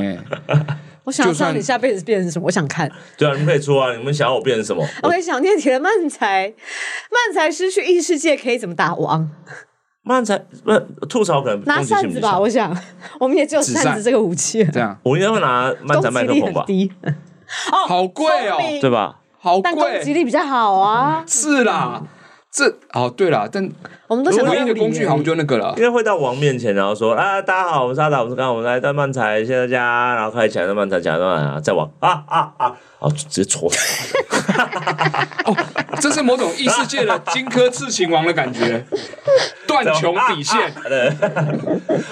我想要就知道算你下辈子变成什么，我想看。对啊，你们可以说啊，你们想要我变成 什么？我 OK，小念铁的漫才，漫才失去异世界可以怎么打王？慢才不吐槽可能拿攻击性扇比子较吧，小我想，我们也只有纸扇子扇这个武器了，这样我应该会拿漫攻展击麦克力风很吧，低，好贵哦聪，明对吧？好但攻击贵，力比较好啊。是啦，这哦对啦，但我们都想到唯一的工具好像就就那个了因。为会到王面前，然后说啊，大家好，我是阿达，我是刚刚我们来到漫才，谢谢大家，然后开始讲到漫才，讲到漫才，再往啊啊啊，啊直接戳，这是某种异世界的荆轲刺秦王的感觉， 断穷底线。啊对，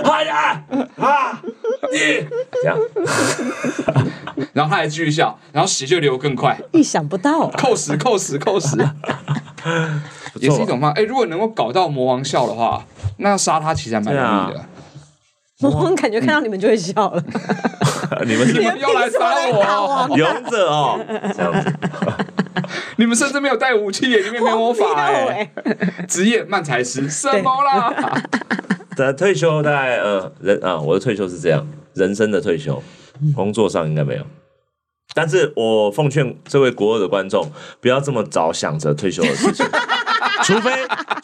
啊呀啊，你这样，然后他还继续笑，然后血就流更快，意想不到，扣十扣十扣十，不也是错一吧，种方法。哎，如果能够搞到魔王笑的话，那杀他其实还蛮容易对的。我感觉看到你们就会笑了。 你 们是你们要来杀 你们凭什么来打我，啊王勇者哦，这样子，你们甚至没有带武器耶，里面没有魔法荒谬哎，欸职业慢才师什么啦？等退休大概呃人啊，我的退休是这样，人生的退休，嗯工作上应该没有。但是我奉劝这位国二的观众，不要这么早想着退休的事情， 除非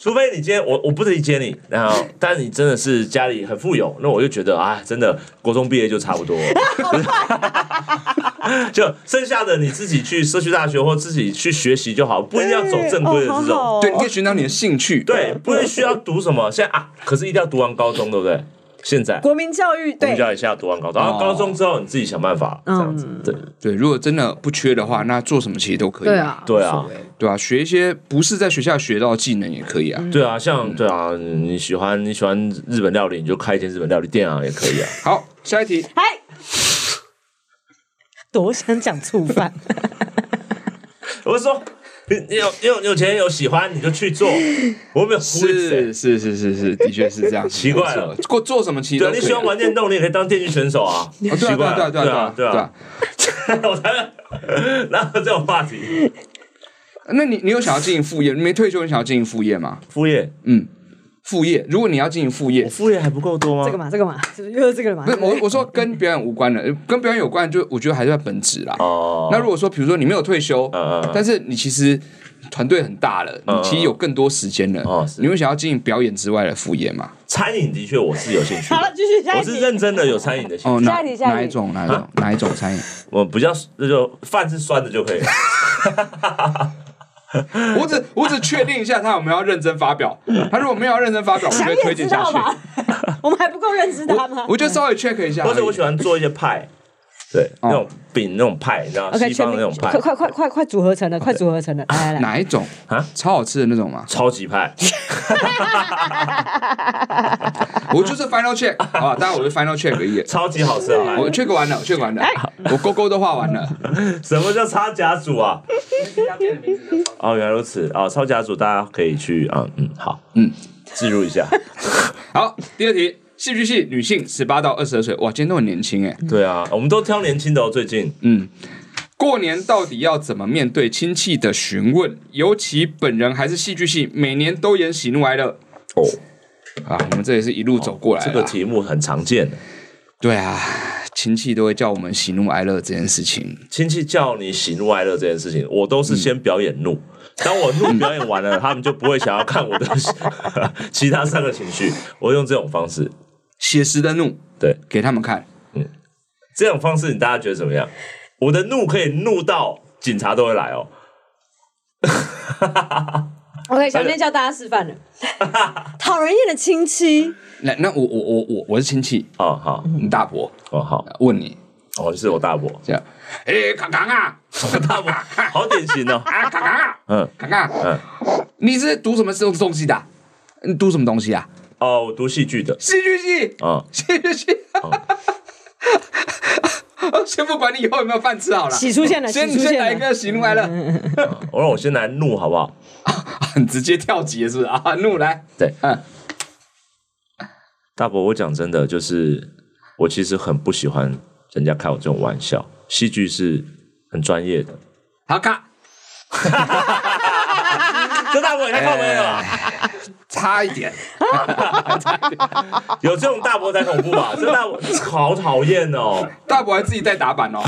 除非你今天我我不理解你，然后但你真的是家里很富有，那我就觉得啊，真的国中毕业就差不多了， 就剩下的你自己去社区大学或自己去学习就好，不一定要走正规的这种。哦好好哦对，你可以寻找你的兴趣。对，不是需要读什么，现在啊，可是一定要读完高中，对不对？现在国民教育我们对就，要一下读完高中，然后哦嗯高中之后你自己想办法，这样子，对对，如果真的不缺的话，那做什么其实都可以。对，啊，对啊，对啊，学一些不是在学校学到的技能也可以嗯啊。对啊，像对啊，你喜欢你喜欢日本料理，你就开一间日本料理店啊，也可以 啊。好，下一题，嗨，多想讲醋饭，我是说，你你有你有你有钱有喜欢你就 去做，我没有忽略谁是。是是是是，的确是这 样。奇怪了没错做做什么其实都对啊，可以你啊。喜欢玩电动，你也可以当电竞选手啊。哦？对奇啊对怪啊对啊对了，啊啊对对啊对啊啊。。我才然后这种话题，那你你有想要经营副业？你没退休，你想要经营副业吗？副业，嗯，副业，如果你要经营副业我，嗯副业还不够多吗？ 这个嘛，这个嘛，是不是又是这个嘛不？是我我说跟表演无关的，呃跟表演有关，就我觉得还是在本质啦。哦，那如果说比如说你没有退休嗯嗯，但是你其实团队很大了，嗯你其实有更多时间哦了，是你会想要经营表演之外的副业吗？餐饮的确我是有兴趣的，好了，继续下我一是题。认真的有餐饮的兴哦，趣，下哪一题下一题哪一种哪一种哪一种餐饮？我比较那就饭是酸的就 可以了。我只我只确定一下他有没有要认真发表，他如果没有要认真发表，我们想就会也推知荐下道去。吧？ 我们还不够认识他吗我我就稍微 check 一下而已，或者我喜欢做一些派，对，哦那种饼那种派，你知道吗 OK，西全方的民那种快派，快快快快组合成了，快组合成了，来来 来，哪一种啊超好吃的那种吗？超 级派，我就是 final check，好吧，当然我是 final check 而已。超级好吃啊！我 check 完了，我 check 完哎了，我勾勾都画完了。什么叫差甲组啊？这家店的名字叫哦，原来如此啊！超甲组大家可以去啊，嗯，好，嗯，记录 一下。好，第二题，戏剧系女性，十八到二十二岁，哇，今天都很年轻哎。对啊，我们都挑年轻的哦，最近嗯，过年到底要怎么面对亲戚的询问？尤其本人还是戏剧系，每年都演喜怒哀乐哦，啊，我们这也是一路走过来这的个啦。题目很常见，对啊，亲戚都会叫我们喜怒哀乐这件事情。亲戚叫你喜怒哀乐这件事情，我嗯都是先表演怒。当我怒表 演完了，他们就不会想要看我的 其他三个情绪。我用这种方式，写实的怒对，给他们看，这种方式，你大家觉得怎么样？我的怒可以怒到警察都会来哦。 OK，小念叫大家示 范了，讨人厌的亲戚，那那我我我我我是亲戚，哦好，你大伯啊哦好，问你哦你是我大伯，这样，哎，康康啊，大伯好典型哦，啊，康康啊，嗯康康啊，嗯，你是读什么东东西的啊？你读什么东西啊？哦我读戏剧的，戏剧系，嗯，戏剧系。哦 先不管你以后有没有饭吃好了，喜出现了，先喜出先来现一了。嗯个喜怒哀乐，我让我先来怒好不好？ 很直接跳级是不是啊？怒来，对，嗯，大伯，我讲真的，就是我其实很不喜欢人家开我这种玩笑，戏剧是很专业的。好卡，这大伯也太靠背了吧？差一点，有这种大伯才恐怖吧？这大伯好讨厌哦！大伯还自己在打 板哦。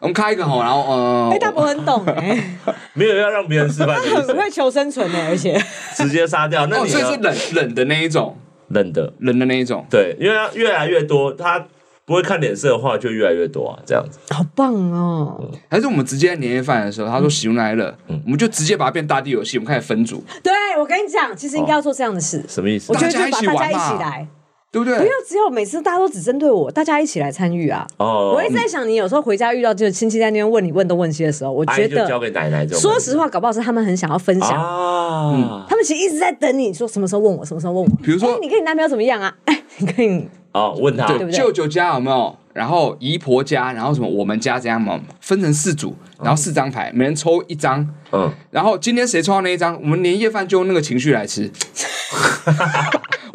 我们开一个吼，然后呃，哎，大伯很 懂哎，没有要让别人示范的意很思，会求生存哎，而且直接杀掉。那哦，你啊所以呢是冷冷的那一种，冷的，冷的那一种。对，因为他越来越多，他不会看脸色的话，就越来越多啊，这样子。好棒哦！还是我们直接在年夜饭的时候，他说喜怒哀乐，嗯我们就直接把它变大地游戏，我们开始分组，对我跟你讲，其实应该要做这样的事，什么意思我？觉得就大家把一起大家玩一嘛起来，对不对？不要只有每次大家都只针对我，大家一起来参与啊！哦我一直在想，你有时候回家遇到就是亲戚在那边问你问东问西的时候，我阿姨觉哎就交得给奶奶这种感觉。说实话，搞不好是他们很想嗯要分享，啊，他们其实一直在等你说什么时候问我，什么时候问我。比如说哎你跟你男朋友怎么样啊？哎，你跟你哦，问他对不对舅舅家有没有？然后姨婆家，然后什么我们家这样嘛，分成四组，然后四张牌，每人抽一张。嗯，然后今天谁抽到那一张，我们年夜饭就用那个情绪来吃。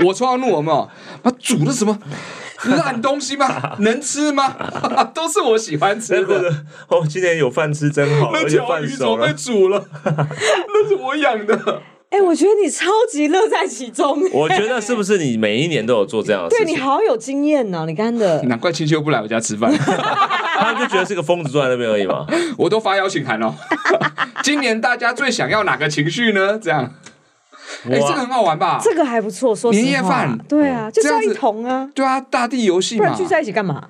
我抽到怒有没有？妈煮的什么烂东西吗？能吃吗？ 都是我喜欢吃那个的。哦，今年有饭吃真好，那而且条饭鱼怎熟么被了。煮了？那是我养的。 哎，我觉得你超级乐在其中。我觉得是不是你每一年都有做这样的对事你情？好有经验呢、你干的。难怪亲戚又不来我家吃饭，他就觉得是个疯子坐在那边而已嘛。我都发邀请函 哦。今年大家最想要哪个情绪呢？这样，哎，这个很好玩吧？这个还不错，说实话。年夜饭对啊，就是这要样一子同啊，对啊，大地游戏不然嘛，聚在一起干嘛？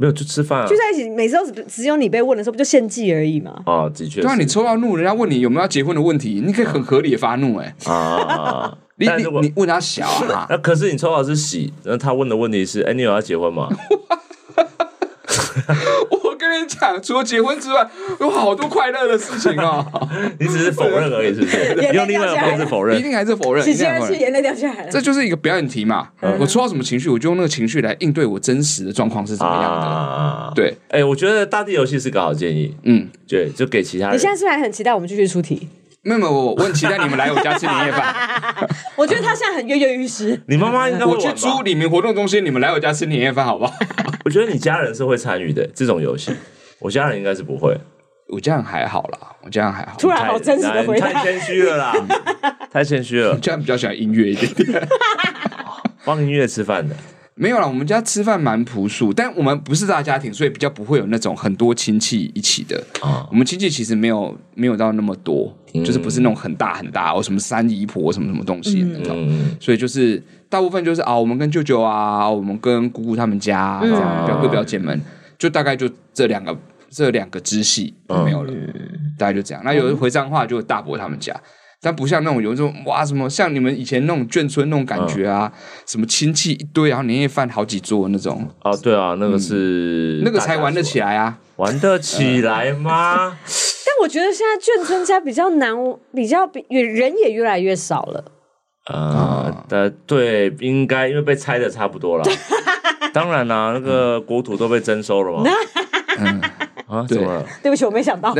没有就吃饭啊聚。在一起，每次都只只有你被问的时候，不就献祭而已嘛？哦，的确对啊，是你抽到怒，人家问你有没有要结婚的问题，你可以很合理的发怒、欸，哎，啊。你但如果你你问他小啊， 那可是你抽到的是喜，那他问的问题是：哎，你有要结婚吗？我跟你讲，除了结婚之外，有好多快乐的事情哦，你只是 否认而已，是不是？泪你用另外一个方式否一认。定还是否认，喜一极定还而是否泣，认。眼泪掉下来了。这就是一个表演题嘛，嗯我抽到什么情绪，我就用那个情绪来应对我真实的状况是怎么样的。啊，对，哎，我觉得大地游戏是个好建议。嗯，对，就给其他你现人在。是不是还很期待我们继续出题？没有没有，我我很期待你们来我家吃年夜饭。我觉得他现在很跃跃欲 试。你妈妈应该会我玩去吧租李明活动中心，你们来我家吃年夜饭好不好？我觉得你家人是会参与的这种游戏，我家人应该是不会。 我这样还好啦，我这样还好，突然啊好真实的回太太答，谦虚 了啦，太谦虚了我。这样比较喜欢音乐一点点。 放音乐吃饭的，没有啦，我们家吃饭蛮朴素，但我们不是大家庭，所以比较不会有那种很多亲戚一起的。啊嗯我们亲戚其实没有没有到那么多，就是不是那种很大很大，哦，什么三姨婆什么什么东西的那种。嗯，所以就是大部分就是啊，我们跟舅舅啊，我们跟姑姑他们家、嗯啊，这样表哥表姐们，就大概就这两个这两个支系就没有了，嗯大概就这样。那有人回彰化就有大伯他们家。但不像那种有一种哇什么，像你们以前那种眷村那种感觉啊，嗯什么亲戚一堆，然后年夜饭好几桌那种，哦，对啊，那个是嗯那个才玩得起来，来啊。玩得起来 吗？但我觉得现在眷村家比较难，比较比人也越来越少了。啊呃，的对，应该因为被拆的差 不多了。当然啦，那个国土都被征收了嘛。 嗯啊，怎么了？对不起，我没 想到。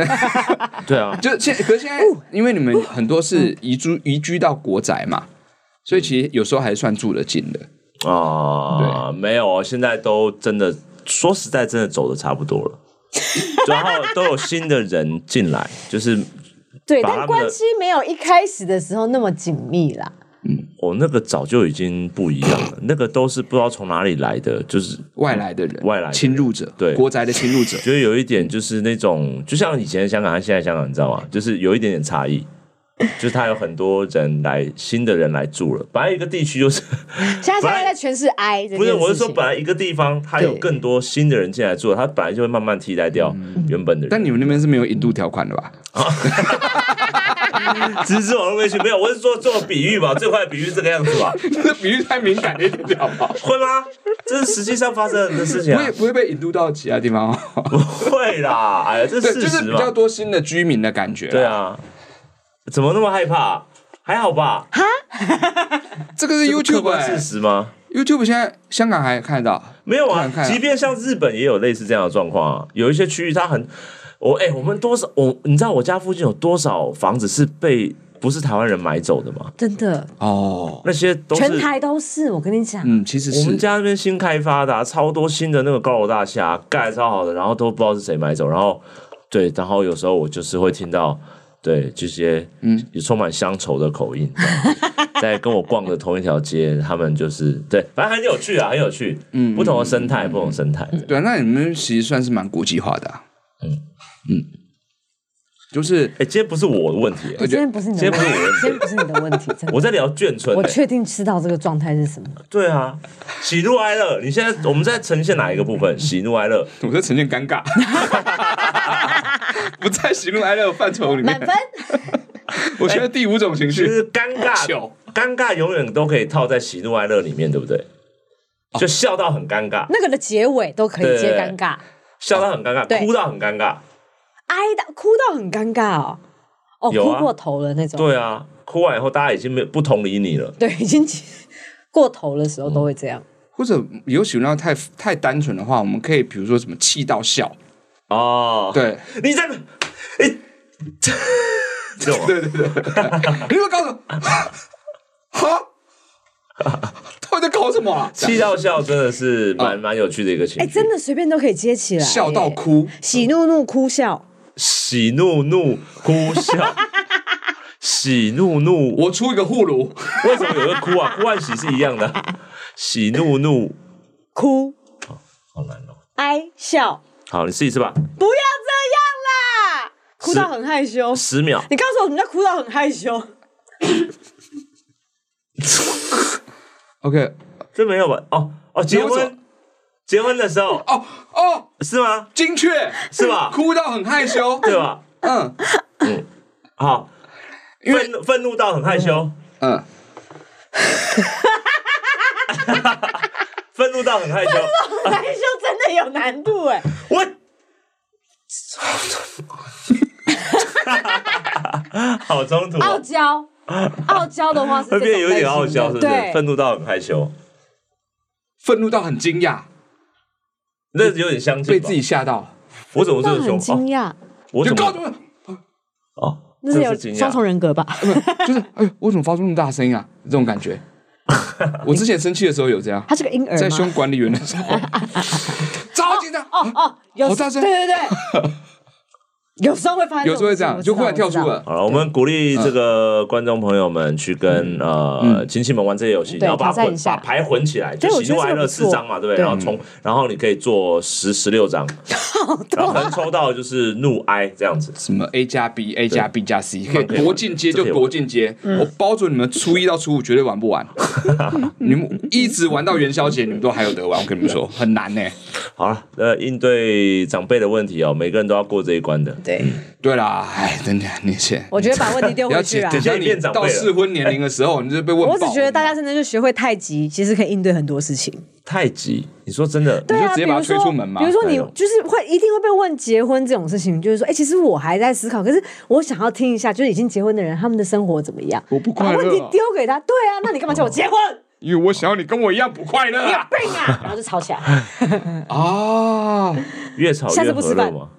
对啊，就现可是现在，因为你们很多是移居移居到国宅嘛，所以其实有时候还算住得近的。啊，没有哦，现在都真的说实在，真的走的差不多了。 然后都有新的人进来，就是对，把他但们的关系没有一开始的时候那么紧密啦。我、哦那个早就已经不一样了，那个都是不知道从哪里来的，就是外来的人，嗯外来的人侵入者，对，国宅的侵入者觉得有一点就是那种，就像以前的香港和现在的香港，你知道吗？就是有一点点差异。就是它有很多人来新的人来住了，本来一个地区就是现在现在在全是 I，这不是件我是事说情本来一个地方它有对更多新的人进来住了，它本来就会慢慢替代掉原本的人。但你们那边是没有引渡条款的 吧？只是网络微信没有，我是说做比喻吧，最坏的比喻是这个样子吧，这比喻太敏感了一点，好不好？会吗？这是实际上发生的事情、不啊会，不会被引渡到其他地 方哦。不会啦，哎呀，这对，就是事是实比嘛较。多新的居民的感觉。对，啊，怎么那么害怕？还好吧这个是这不客 YouTube 观事哎实吗？ YouTube 现在香港还看得到，没有不啊然看，啊即便像日本也有类似这样的状况啊，有一些区域它很，我哎、我们多少我你知道我家附近有多少房子是被不是台湾人买走的吗？真的，哦，那些都全是台都是。我跟你讲，嗯，其实我们是家那边新开发的、啊，超多新的那个高楼大厦、盖得超好的，然后都不知道是谁买走，然后对，然后有时候我就是会听到对这些嗯充满乡愁的口音，这样子在跟我逛的同一条街，他们就是对，反正很有趣啊，很有趣，嗯，不同的生态，不同的生态，对啊，那你们其实算是蛮国际化的、啊，嗯嗯就是哎，今天不是我的问题，我今觉得天不是你的问题，今天今不是你的问题，真 我的。在聊眷村我欸、确定知道这个状态是什么。对啊，喜怒哀乐，你现在我们在呈现哪一个部分？喜怒哀乐，我在呈现尴 尬，不在喜怒哀乐范畴里满面分。。我觉得第五种情其绪，实尴尬糗，尴尬永远都可以套在喜怒哀乐里面，对不对？就笑到很尴尬，那个的结尾都可以接尴尬，笑到很尴对尬，哭到很尴尬，哀到哭到很尴尬哦，哦，有啊哭过头了那种。对啊，哭完以后大家已经没有不同理你了，对，已经过头的时候都会这样。或者有喜怒哀乐太太单纯的话，我们可以比如说什么气到笑，哦，，对，你在，哎，这种啊 对对对，你们搞什么？哈，到底在搞什么、啊？气到笑真的是蛮蛮有趣的一个情哎，绪，真的随便都可以接起来，笑到哎，哭，喜怒怒哭笑，喜怒怒哭 笑，喜怒怒我出一个护炉，为什么有一个哭啊？哭和喜是一样的啊、喜怒怒，哭好难哦。哀笑，好，你试一试吧，不要这样啦，哭到很害羞。十秒。你告诉我什么叫哭到很害羞？ OK，这没有吧？哦哦，结婚结婚的时候哦哦，是吗？精确，是吧？哭到很害羞，对吧？嗯好，因为愤怒愤怒到很害羞，嗯，愤怒到很害羞。害羞真的有难度 哎、我好冲突哦、傲娇，傲娇的话是会这变种有点傲类型娇，的是不是对？，愤怒到很害羞，愤怒到很惊讶，那有点相近被吧自己吓到，我怎么这那么凶很？惊哦讶，我就怎告么诉我，哦？那是这有惊双重讶，人格吧？就是哎呦，我怎么发出那么大声音啊？这种感 觉，我之前生气的时候有这样，他是个婴儿在吗？凶管理员的时 候，超紧张，哦有好大声对对对， 有时候会发生有这种时候会事，这样，哦我知就道忽然跳出。我知道了，好了，我们鼓励这嗯个观众朋友们去跟呃亲戚们玩这些游戏，对然后把挑战混一下把牌混起来，就对我喜怒觉得哀这个乐不四张嘛，对不对？对嗯然后从然后你可以做十十 六张，然后可能抽到就是怒哀这样子。什么 A 加 B，A 加 B 加 C，可以可以玩多进阶这就可以玩多进阶，嗯我包准你们初一到初五绝对玩不 完，你们一直玩到元宵节，你们都还有得玩，我跟你们说很难呢、好了，呃，应对长辈的问题哦，每个人都要过这一关的。对， 对啦，哎，真的，你先。我觉得把问题丢了回解去，啊等。下现在你变长辈到了适婚年龄的时候，你就被问爆。我只觉得大家真的就学会太极，其实可以应对很多事情。太极，你说真的，对就啊，直接比把如他推说出门嘛比如说你那种就是会一定会被问结婚这种事情，就是说，哎、其实我还在思考，可是我想要听一下，就是已经结婚的人他们的生活怎么样？我不把快问题乐啊，丢给他，对啊，那你干嘛叫我结 婚？因为我想要你跟我一样不快乐你有啊。病啊！然后就吵起来，啊，越吵下次越不和吃乐饭嘛。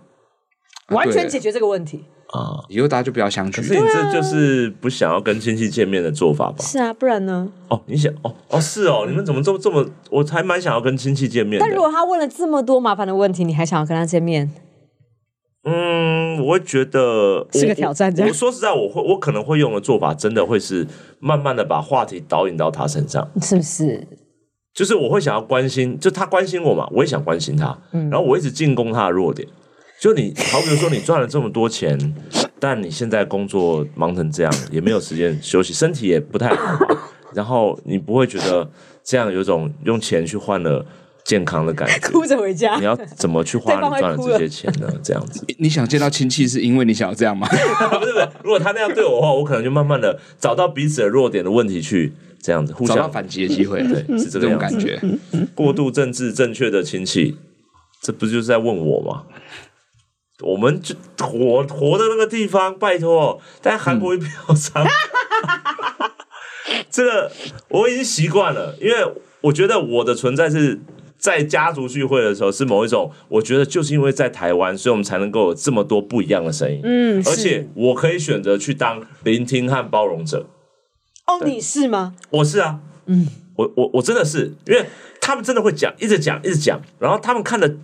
完对全解决这个问题。啊，以后大家就不要相聚可。是你这就是不想要跟亲戚见面的做法吧？是啊，不然呢？哦，你想哦哦是哦，你们怎么这么这么？我还蛮想要跟亲戚见面的。但如果他问了这么多麻烦的问题，你还想要跟他见面？嗯，我会觉得是个我挑战这我样我说实在，我会我可能会用的做法，真的会是慢慢的把话题导引到他身上。 是不是？嗯就是我会想要关心，就他关心我嘛，我也想关心他，然后我一直进攻他的弱点。就你好，比如说你赚了这么多钱，但你现在工作忙成这样，也没有时间休息，身体也不太好，然后你不会觉得这样有种用钱去换了健康的感觉？ 哭着回家你。要怎么去花对方你会赚了哭这了些钱呢？这样子，你想见到亲戚是因为你想要这样吗？不是不是，如果他那样对我的话，我可能就慢慢的找到彼此的弱点的问题去这样子 互找到相反击的机 会，对，是这这个种样感子。觉。过度政治正确的亲戚，这不就是在问我吗？我们就活活的那个地方，拜托，但韩国一票差，嗯 这个我已经习惯了，因为我觉得我的存在是在家族聚会的时候是某一种，我觉得就是因为在台湾，所以我们才能够有这么多不一样的声音，嗯，而是且我可以选择去当聆听和包容者，哦，你是吗？我是啊，嗯，我我我真的是，因为他们真的会讲，一直讲，一直讲，然后他们看的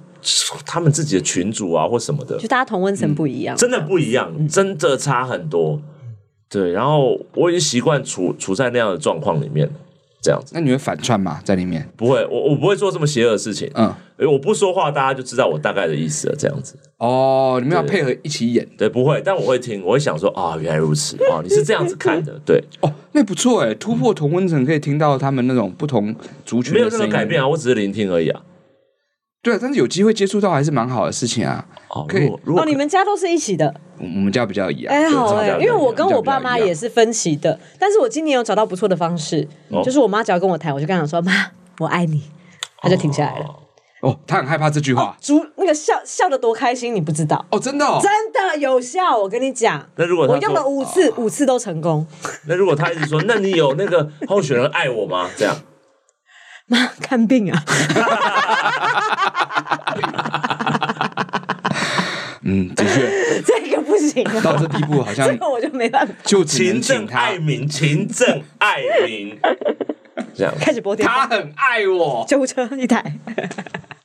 他们自己的群主啊或什么的就，大家同温嗯层不一样，真的不嗯一样，真的差很多。对，然后我已经习惯处处在那样的状况里面了，这样子那你会反串吗？在里面？不会，我我不会做这么邪恶的事情，嗯，因为我不说话，大家就知道我大概的意思了，这样子。哦，你们要对配合一起演对，不会，但我会听，我会想说，啊、原来如此，啊、你是这样子看的， 对，哦，那不错哎，突破同温层可以听到他们那种不同族群没有的声任何音，改变啊，我只是聆听而已啊。对啊，但是有机会接触到还是蛮好的事情啊。哦，可以如果如果哦，你们家都是一起的，我我们家比较一样，哎、对好这哎、样因为我跟这样我爸妈比较一样也是分歧的，但是我今年有找到不错的方式，哦就是我妈只要跟我谈，我就跟她讲说妈，我爱你，她就停下来了。哦，他很害怕这句话足那个笑笑的多开心，你不知道，哦，真的哦，真的有效，我跟你讲。那如果他我用说哦了五次，五次都成功。那如果他一直说，那你有那个 候选人爱我吗？ 这样，妈，看病啊！ 嗯，的确这个不行、 啊，到这地步好像 这个我就没办法。就只勤能政请 他爱，民，勤政爱民， 这样。开始拨电他话，很爱我，救护车一台。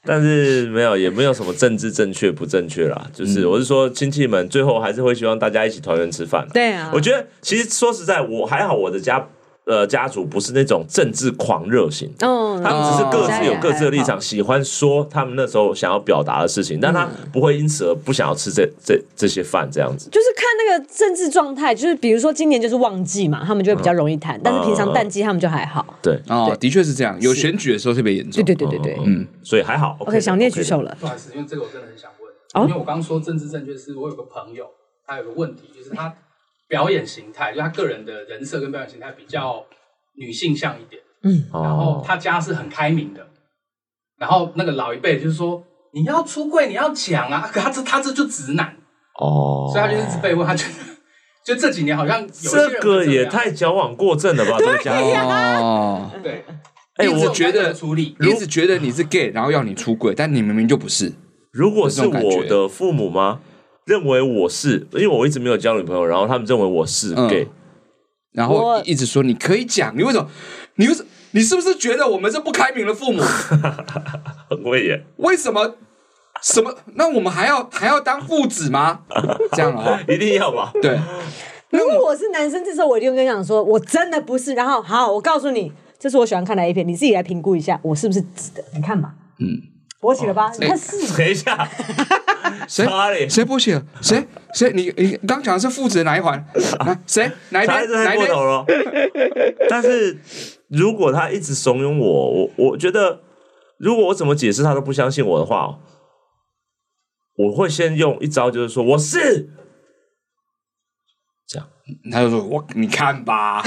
但是没有，也没有什么政治正确不正确啦，就是我是说亲戚们最后还是会希望大家一起团圆吃饭啦。对啊，我觉得其实说实在，我还好，我的家呃家族不是那种政治狂热型。嗯，他们只是各自有各自的立哦场，喜欢说他们那时候想要表达的事情，但他不会因此而不想要吃这这这些饭这样子。就是看那个政治状态，就是比如说今年就是旺季嘛，他们就会比较容易谈，但是平常淡季他们就还好。对，嗯哦，的确是这样，有选举的时候特别严对重，对对对对。哦嗯，所以还好。 OK，小的聂举手。了，不好意思，因为这个我真的很想问，哦因为我刚说政治正确是，我有个朋友，他有个问题，就是他表演形态，就他个人的人设跟表演形态比较女性向一点，然后哦，他家是很开明的，然后那个老一辈就是说你要出柜，你要讲啊，可他这他这就直男，哦，所以他就一直被问，他觉得就这几年好像有一些人这个会样也太矫枉过正了吧？这个家伙， 哦， 对，哎，一直我觉得有该怎么处理你一直觉得你是 gay，然后要你出轨，但你明明就不是，如果是这种感觉我的父母吗？认为我是，因为我一直没有交女朋友，然后他们认为我是嗯 gay，然我后一直说你可以讲，你为什么？你为什你是不是觉得我们是不开明的父母？很会演，为什么？什么？那我们还要还要当父子 吗？这样的话，一定要吧？ 对，如果我是男生，这时候我一定会跟你讲说，我真的不是。然后好，我告诉你，这是我喜欢看的 A 片，你自己来评估一下，我是不是值得？你看嘛，嗯，勃起了吧？你看哎是等一下，谁查理谁不写？谁谁？你你刚讲的是父子哪一环？啊谁哪一查理边？这哪太一过边头？了。但是如果他一直怂恿我，我我觉得，如果我怎么解释他都不相信我的话，我会先用一招，就是说我是这样。他就说：“我你看 吧，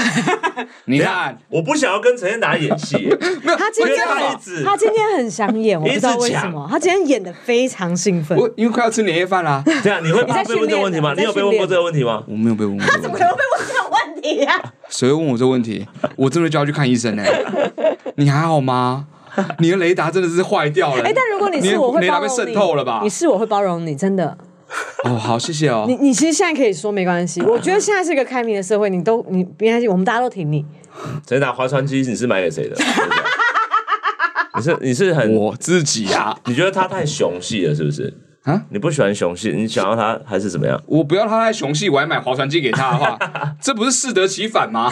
你看，我不想要跟陈建达演戏，没有他今天我觉得他一直他今天很想演，我不知道为什么，他今天演的非常兴奋。我因为快要吃年夜饭啦，这样你会怕在被问这个问题吗？训练呢你有被问过这个问题吗？我没有被问过这个问可题，能被问这种问题呀、啊？ 谁会问我这个问题？我真的就要去看医生呢。你还好吗？你的雷达真的是坏掉了。哎、但如果你呃你是的我会雷达包被容你，渗透了吧你？是我会包容你，真的。哦，好，谢谢哦你。你其实现在可以说没关系，我觉得现在是一个开明的社会，你都你没关系，我们大家都挺你。陈建达划船机你是买给谁的？你是你是很我自己啊，你觉得他太雄系了是不是？啊，你不喜欢雄系，你想要他还是怎么样？我不要他在雄系，我还买划船机给他的 话，这不是适得其反吗？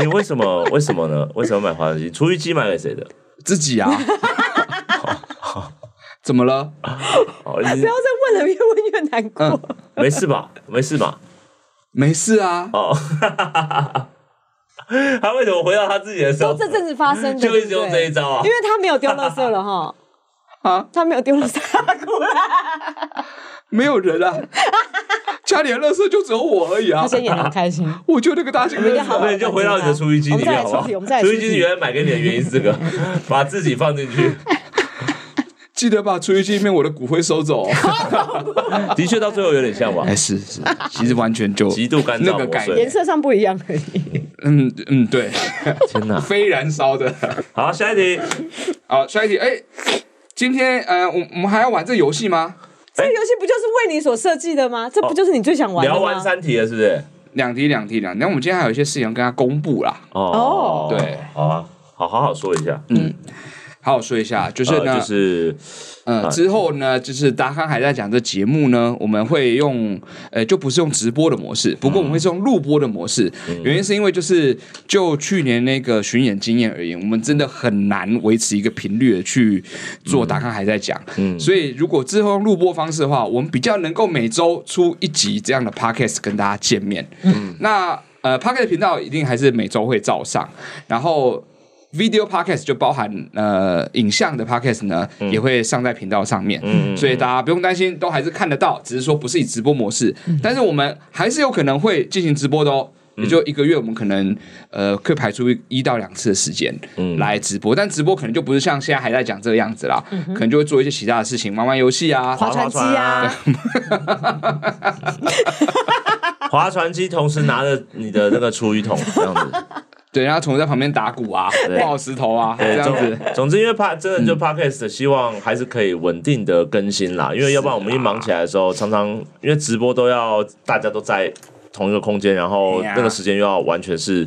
你为什么为什么啊呢？为什么买划船机？厨余机买给谁的？自己啊。 怎么了？哦，已不经要再问了，越问越难过。嗯没事吧？没事吧？ 没事啊，哦，他为什么回到他自己的时候都，这阵子发生的， 就一直对用不这对一招啊因？为他没有丢垃圾了 哈，啊，他没有丢垃圾，他哭了，没有人啊，家里的垃圾就只有我而已啊他，先演的开心。我就那个大型们垃要好圾。那你就回到你的厨余机里面好不我们再来出好题我们再？来厨出余题机原来买给你的原因是这个， 把自己放进去。记得把厨余机里面我的骨灰收 走、哦。的确到最后有点像吧哎，，是是，其实完全就极度干燥那个概念磨碎。颜色上不一样而哎已。嗯嗯， 对，天哪！非燃烧的。好，下一题，好，下一题，哎，今天呃，我我们还要玩这游戏吗？这个游戏不就是为你所设计的吗？这不就是你最想玩的聊吗？完三题了是不是？两题两题两题，那我们今天还有一些事情要跟他公布啦，哦哦，对，好啊，好好好说一下，好好说一下，就是呢，呃，就是呃，之后呢，就是达康还在讲这节目呢，我们会用，呃，就不是用直播的模式，不过我们会是用录播的模式。原因是因为就是就去年那个巡演经验而言，我们真的很难维持一个频率的去做达康还在讲。嗯所以如果之后用录播方式的话，我们比较能够每周出一集这样的 podcast 跟大家见面。嗯，那呃 podcast 频道一定还是每周会照上，然后 video podcast 就包含呃影像的 podcast 呢，也会上在频道上面，嗯嗯嗯所以大家不用担心，都还是看得到，只是说不是以直播模式，但是我们还是有可能会进行直播的哦。嗯也就一个月，我们可能呃，可以排出一到两次的时间嗯来直播，但直播可能就不是像现在还在讲这个样子啦，可能就会做一些其他的事情，玩玩游戏啊，划船机啊，划船机，同时拿着你的那个厨余桶这样子。对，然后从在旁边打鼓啊，抱石头啊，这对，样子，总总之，因为怕真嗯的就 podcast，希望还是可以稳定的更新啦。因啊为要不然我们一忙起来的时候，常常因为直播都要大家都在同一个空间，然后哎呀那个时间又要完全是，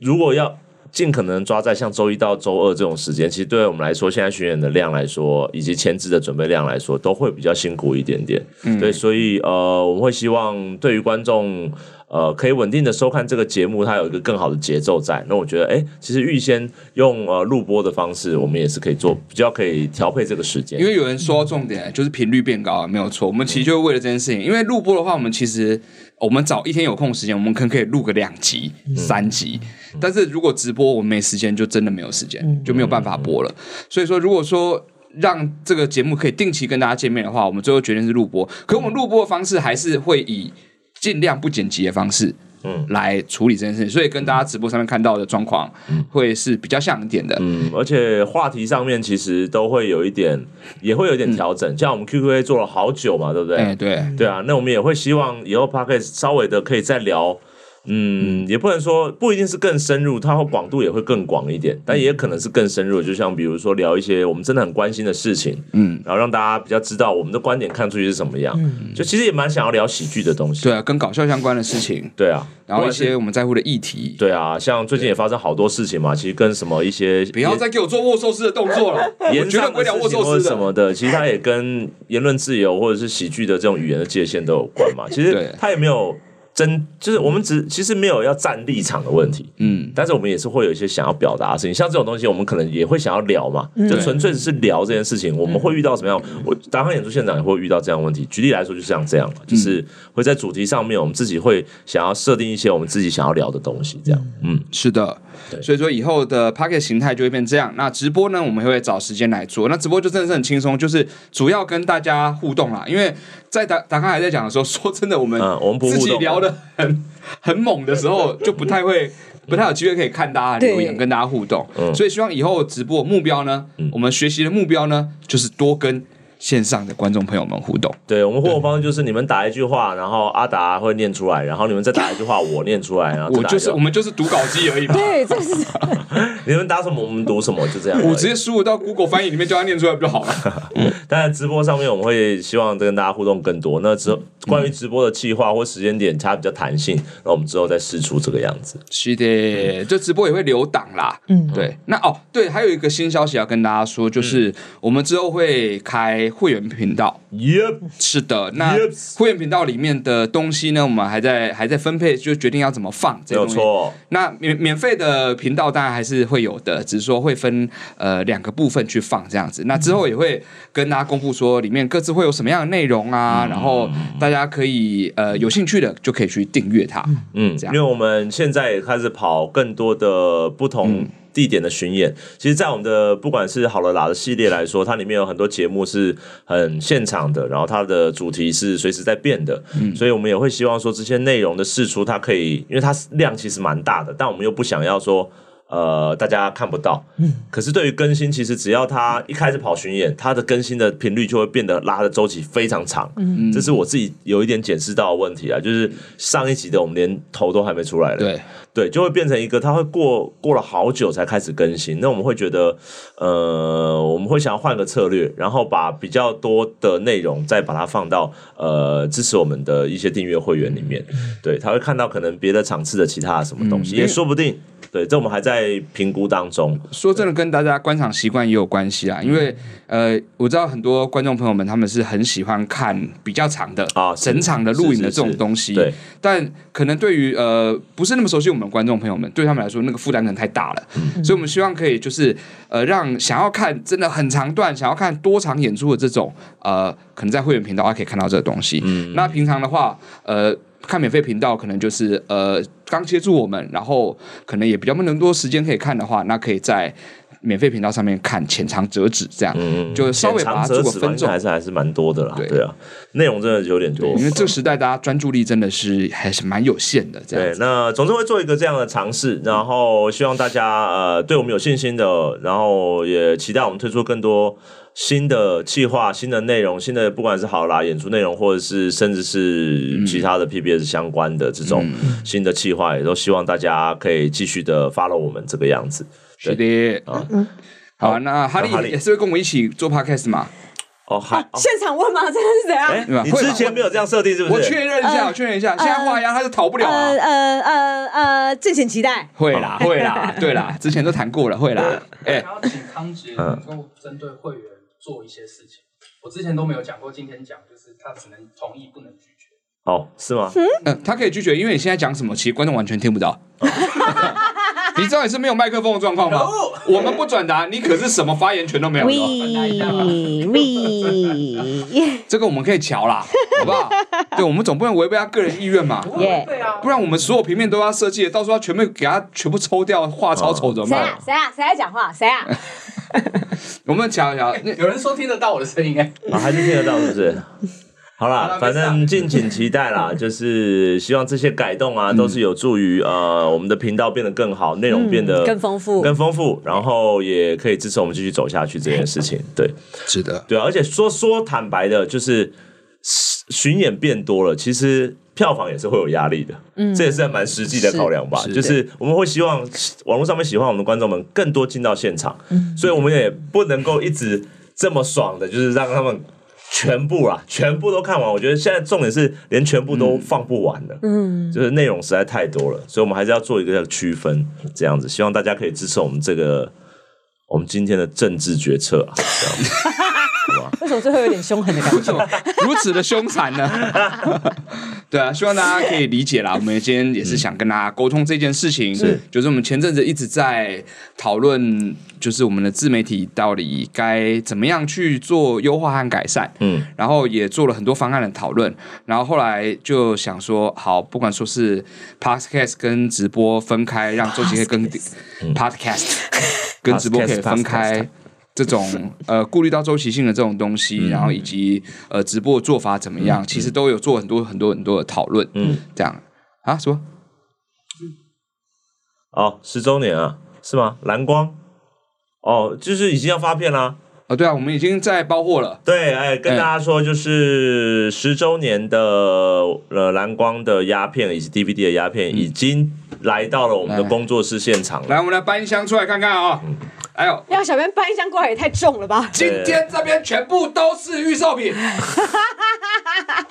如果要尽可能抓在像周一到周二这种时间，其实对我们来说，现在巡演的量来说，以及前置的准备量来说，都会比较辛苦一点点。嗯对，所以呃，我们会希望对于观众。呃，可以稳定的收看这个节目，它有一个更好的节奏在。那我觉得，哎、其实预先用呃录播的方式，我们也是可以做，比较可以调配这个时间。因为有人说到重点就是频率变高啊了，没有错。我们其实就为了这件事情，因为录播的话，我们其实我们找一天有空时间，我们可能可以录个两集、嗯三集。但是如果直播，我们没时间，就真的没有时嗯间，就没有办法播了。所以说，如果说让这个节目可以定期跟大家见面的话，我们最后决定是录播。可我们录播的方式还是会以尽量不剪辑的方式，嗯嗯，来处理这件事情。所以跟大家直播上面看到的状况会是比较像一点的。嗯，而且话题上面其实都会有一点，也会有一点调整。像我们 QQA 做了好久嘛，对不对？嗯哎，对，对啊，那我们也会希望以后 p o d c a s t 稍微的可以再聊，嗯，也不能说不一定是更深入，它会广度也会更广一点，但也嗯可能是更深入的，就像比如说聊一些我们真的很关心的事情，嗯，然后让大家比较知道我们的观点看出去是什么样，就其实也蛮想要聊喜剧的东西，对啊，跟搞笑相关的事情。对啊，然后一不管些是我们在乎的议题。对啊，像最近也发生好多事情嘛，其实跟什么一些不要再给我做握寿司的动作 了， 我言绝对上不会的聊握事情寿或司者的。什么的，其实它也跟言论自由或者是喜剧的这种语言的界限都有关嘛。其实对它也没有真，就是我们只其实没有要站立场的问题，嗯，但是我们也是会有一些想要表达的事情，像这种东西，我们可能也会想要聊嘛，就纯粹只是聊这件事情，我们会遇到什么样？我达康演出现场也会遇到这样的问题。举例来说，就像这样嘛，就是会在主题上面，我们自己会想要设定一些我们自己想要聊的东西，这样，嗯，是的，所以说以后的 p o c k e t 形态就会变这样。那直播呢，我们会找时间来做。那直播就真的是很轻松，就是主要跟大家互动啦。因为在达达康还在讲的时候，说真啊的，我们嗯我们不互自动己聊的很 很猛的时候，就不太会。不太有机会可以看大家的留言，对跟大家互动，所以希望以后直播目标呢，我们学习的目标呢，就是多跟线上的观众朋友们互动。对，我们互动方式就是你们打一句话，然后阿达会念出来，然后你们再打一句话，我念出来，然后 再我打一就句是话我们就是读稿机而已嘛。对， 这是你们打什么我们读什么，就这样而已。我直接输入到 Google 翻译里面，叫他念出来不就好了？当然，直播上面我们会希望跟大家互动更多。那嗯之后关于直播的计划或时间点，它比较弹性，那我们之后再试出这个样子。是的，就直播也会留档啦。嗯，对。那哦，对，还有一个新消息要跟大家说，就是我们之后会开会员频道。 Yep，是的，那 Yes 会员频道里面的东西呢，我们还在还在分配，就决定要怎么放这些没有东西。错。那免免费的频道当然还是会有的，只是说会分呃两个部分去放这样子。那之嗯后也会跟大家公布说里面各自会有什么样的内容嗯啊，然后大家可以呃有兴趣的就可以去订阅它。嗯，这因样为我们现在也开始跑更多的不嗯同地点的巡演。其实，在我们的不管是好了啦的系列来说，它里面有很多节目是很现场的，然后它的主题是随时在变的。嗯所以我们也会希望说这些内容的释出，它可以，因为它量其实蛮大的，但我们又不想要说。呃，大家看不到，可是对于更新，其实只要它一开始跑巡演，它的更新的频率就会变得拉的周期非常长，这是我自己有一点检视到的问题啊，就是上一集的我们连头都还没出来了，对，对，就会变成一个，它会过过了好久才开始更新。那我们会觉得，呃，我们会想要换个策略，然后把比较多的内容再把它放到呃支持我们的一些订阅会员里面。对，他会看到可能别的场次的其他的什么东西，嗯因为也说不定。对，这我们还在评估当中。说真的，跟大家观赏习惯也有关系嗯啦。因为呃，我知道很多观众朋友们他们是很喜欢看比较长的啊是整场的录影的这是是种是东西，对，但可能对于呃不是那么熟悉我们的观众朋友们，对他们来说那个负担可能太大了，嗯所以我们希望可以就是呃让想要看真的很长段、想要看多场演出的这种呃，可能在会员频道还可以看到这个东西。嗯那平常的话，呃。看免费频道可能就是呃刚接触我们，然后可能也比较没那么多时间可以看的话，那可以在免费频道上面看浅尝辄止这嗯样，就稍微把它做折个纸吧分应该众还。是还是蛮多的啦。对对啊，内容真的有点多对，，因为这个时代大家专注力真的是还是蛮有限的，这样对，子。那总之会做一个这样的尝试，然后希望大家呃对我们有信心的，然后也期待我们推出更多新的计划、新的内容、新的不管是好啦演出内容，或者是甚至是其他的 PBS 相关的这种嗯新的计划，也都希望大家可以继续的 follow 我们这个样子。是的，嗯好啊，那哈那哈利利也是会跟我们一起做 podcast 嘛？哦，还哦现场问吗？真的是怎样？哎对吧，你会吧之前没有这样设定是不是？我确认一下，呃我确认一下，现在画押他就逃不了啊。呃呃呃呃，敬请期待。会啦，会啦， 对啦，之前都谈过了，会啦。哎，然后请康杰能够针对会员做一些事情，我之前都没有讲过，今天讲就是他只能同意不能拒绝。哦，是吗？嗯，他可以拒绝，因为你现在讲什么，其实观众完全听不 到。你知道你是没有麦克风的状况吗？我们不转达，你可是什么发言权都没有的。喂喂，这个我们可以瞧啦，好不 好？对，我们总不能违背他个人意愿嘛，耶！对啊，不然我们所有平面都要设计的，到时候要全部给他全部抽掉，画超丑怎么谁 办啊？？谁啊？谁在讲话？谁啊？我们瞧一瞧，那有人说听得到我的声音哎、啊，还是听得到是不 是？好好啦啦，反没正敬请期待啦。就是希望这些改动啊，都是有助于呃我们的频道变得更好，内容变得嗯更丰富更丰富，然后也可以支持我们继续走下去这件事情。对是的，对啊，而且说说坦白的，就是巡演变多了，其实票房也是会有压力的。嗯，这也是蛮实际的考量吧。是是就是我们会希望网络上面喜欢我们的观众们更多进到现场，所以我们也不能够一直这么爽的，就是让他们。全部啦，全部都看完。我觉得现在重点是连全部都放不完了，嗯，就是内容实在太多了，所以我们还是要做一个区分，这样子。希望大家可以支持我们这个我们今天的政治决策啊，这样子。为什么最后有点凶狠的感觉？如此的凶残呢？ 对啊，希望大家可以理解啦。我们今天也是想跟大家沟通这件事情，是就是我们前阵子一直在讨论，就是我们的自媒体到底该怎么样去做优化和改善。嗯，然后也做了很多方案的讨论，然后后来就想说，好，不管说是 podcast 跟直播分开，让周杰跟嗯 podcast 跟直播可以分 Podcast，podcast 开。这种呃顾虑到周期性的这种东嗯西，然后以及呃直播的做法怎么样，其实都有做很多很多很多的讨论。嗯嗯，这样啊什么？哦，十周年啊，是吗？蓝光，哦，就是已经要发片啦。哦，对啊，我们已经在包货了。对，哎，跟哎大家说，就是十周年的呃蓝光的鸦片以及 DVD 的鸦片已经来到了我们的来工作室现场了。嗯哎来，我们来搬箱出来看看啊、嗯哎呦， 要小编搬一箱过来也太重了吧？今天这边全部都是预售品。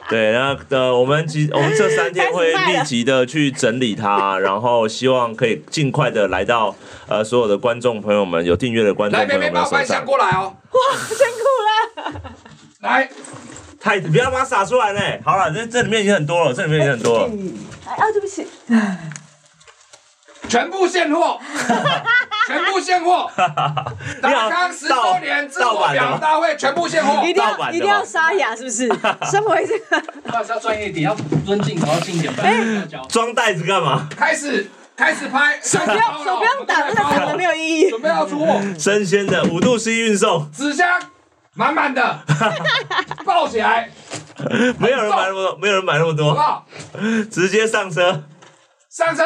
对，然后呃，我们集我们这三天会开始卖了立即的去整理它，然后希望可以尽快的来到呃所有的观众朋友们，有订阅的观众来，朋妹友妹们帮的我手搬箱上。过来哦。辛苦了，来，太，不要把它撒出来嘞！好了，这这里面已经很多了，这里面已经很多哎了。哎啊，对不起， 全部现货。全部现货，达康十周年制作表大会全部现货。一定盗版要的一定要吗沙哑，是不是？身为这 个，还是要专业一点，要尊敬，然后敬点，不哎然要教。装袋子干嘛？开始开始拍，手不要手不用挡，那个挡的没有意义。准备要出货，生鲜的五度 C 运送，纸箱满满 的，抱起来，没有人买那么多，没有人买那么好不多，好？直接上车，上车，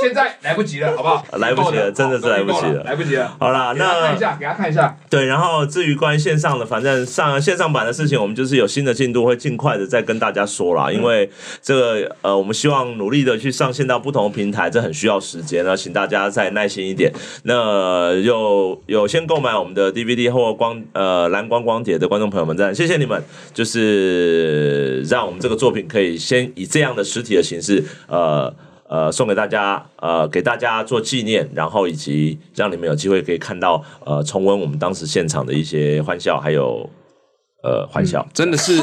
现在来不及了，好不好？来不及了够真的是好来不及了够来不及了。好啦，给他看那一下，给他看一下，对，然后至于关于线上的，反正上线上版的事情，我们就是有新的进度，会尽快的再跟大家说啦。因为这个呃，我们希望努力的去上线到不同平台，这很需要时间，那请大家再耐心一点。那有有先购买我们的 DVD 或光呃蓝光光碟的观众朋友们，真的谢谢你们，就是让我们这个作品可以先以这样的实体的形式，呃。呃，送给大家，呃，给大家做纪念，然后以及让你们有机会可以看到，呃，重温我们当时现场的一些欢笑，还有呃欢笑。真的是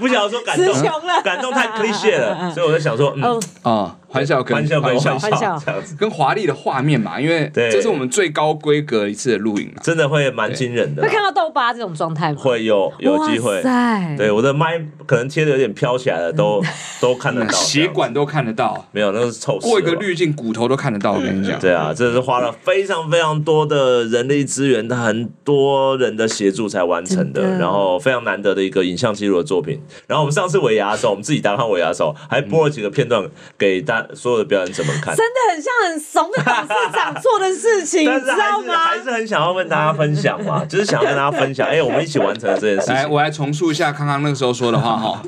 不想说感动词穷了，嗯感动太 cliche 了，所以我在想说，嗯，哦，啊，欢笑跟欢笑跟笑欢笑这样子，跟华丽的画面嘛，因为对这是我们最高规格一次的录影嘛。真的会蛮惊人的会啦，看到痘疤这种状态吗？会有有机会哇。塞，嗯对，我的麦可能贴的有点飘起来了，都都看得 到。血管都看得到，啊没有，那是臭死了。过一个滤镜，骨头都看得到。我跟你讲，对啊，这是花了非常非常多的人力资源，很多人的协助才完成的，真的然后非常难得的一个影像记录的作品。然后我们上次尾牙的时候，我们自己单看尾牙的时候，还播了几个片段给大所有的表演者们看。真的很像很怂的董事长做的事情， 但你是知还道是吗？还是很想要跟大家分享 嘛，就是想要跟大家分享，哎、我们一起完成了这件事来，情。我来重述一下康康那个时候说的话 哈。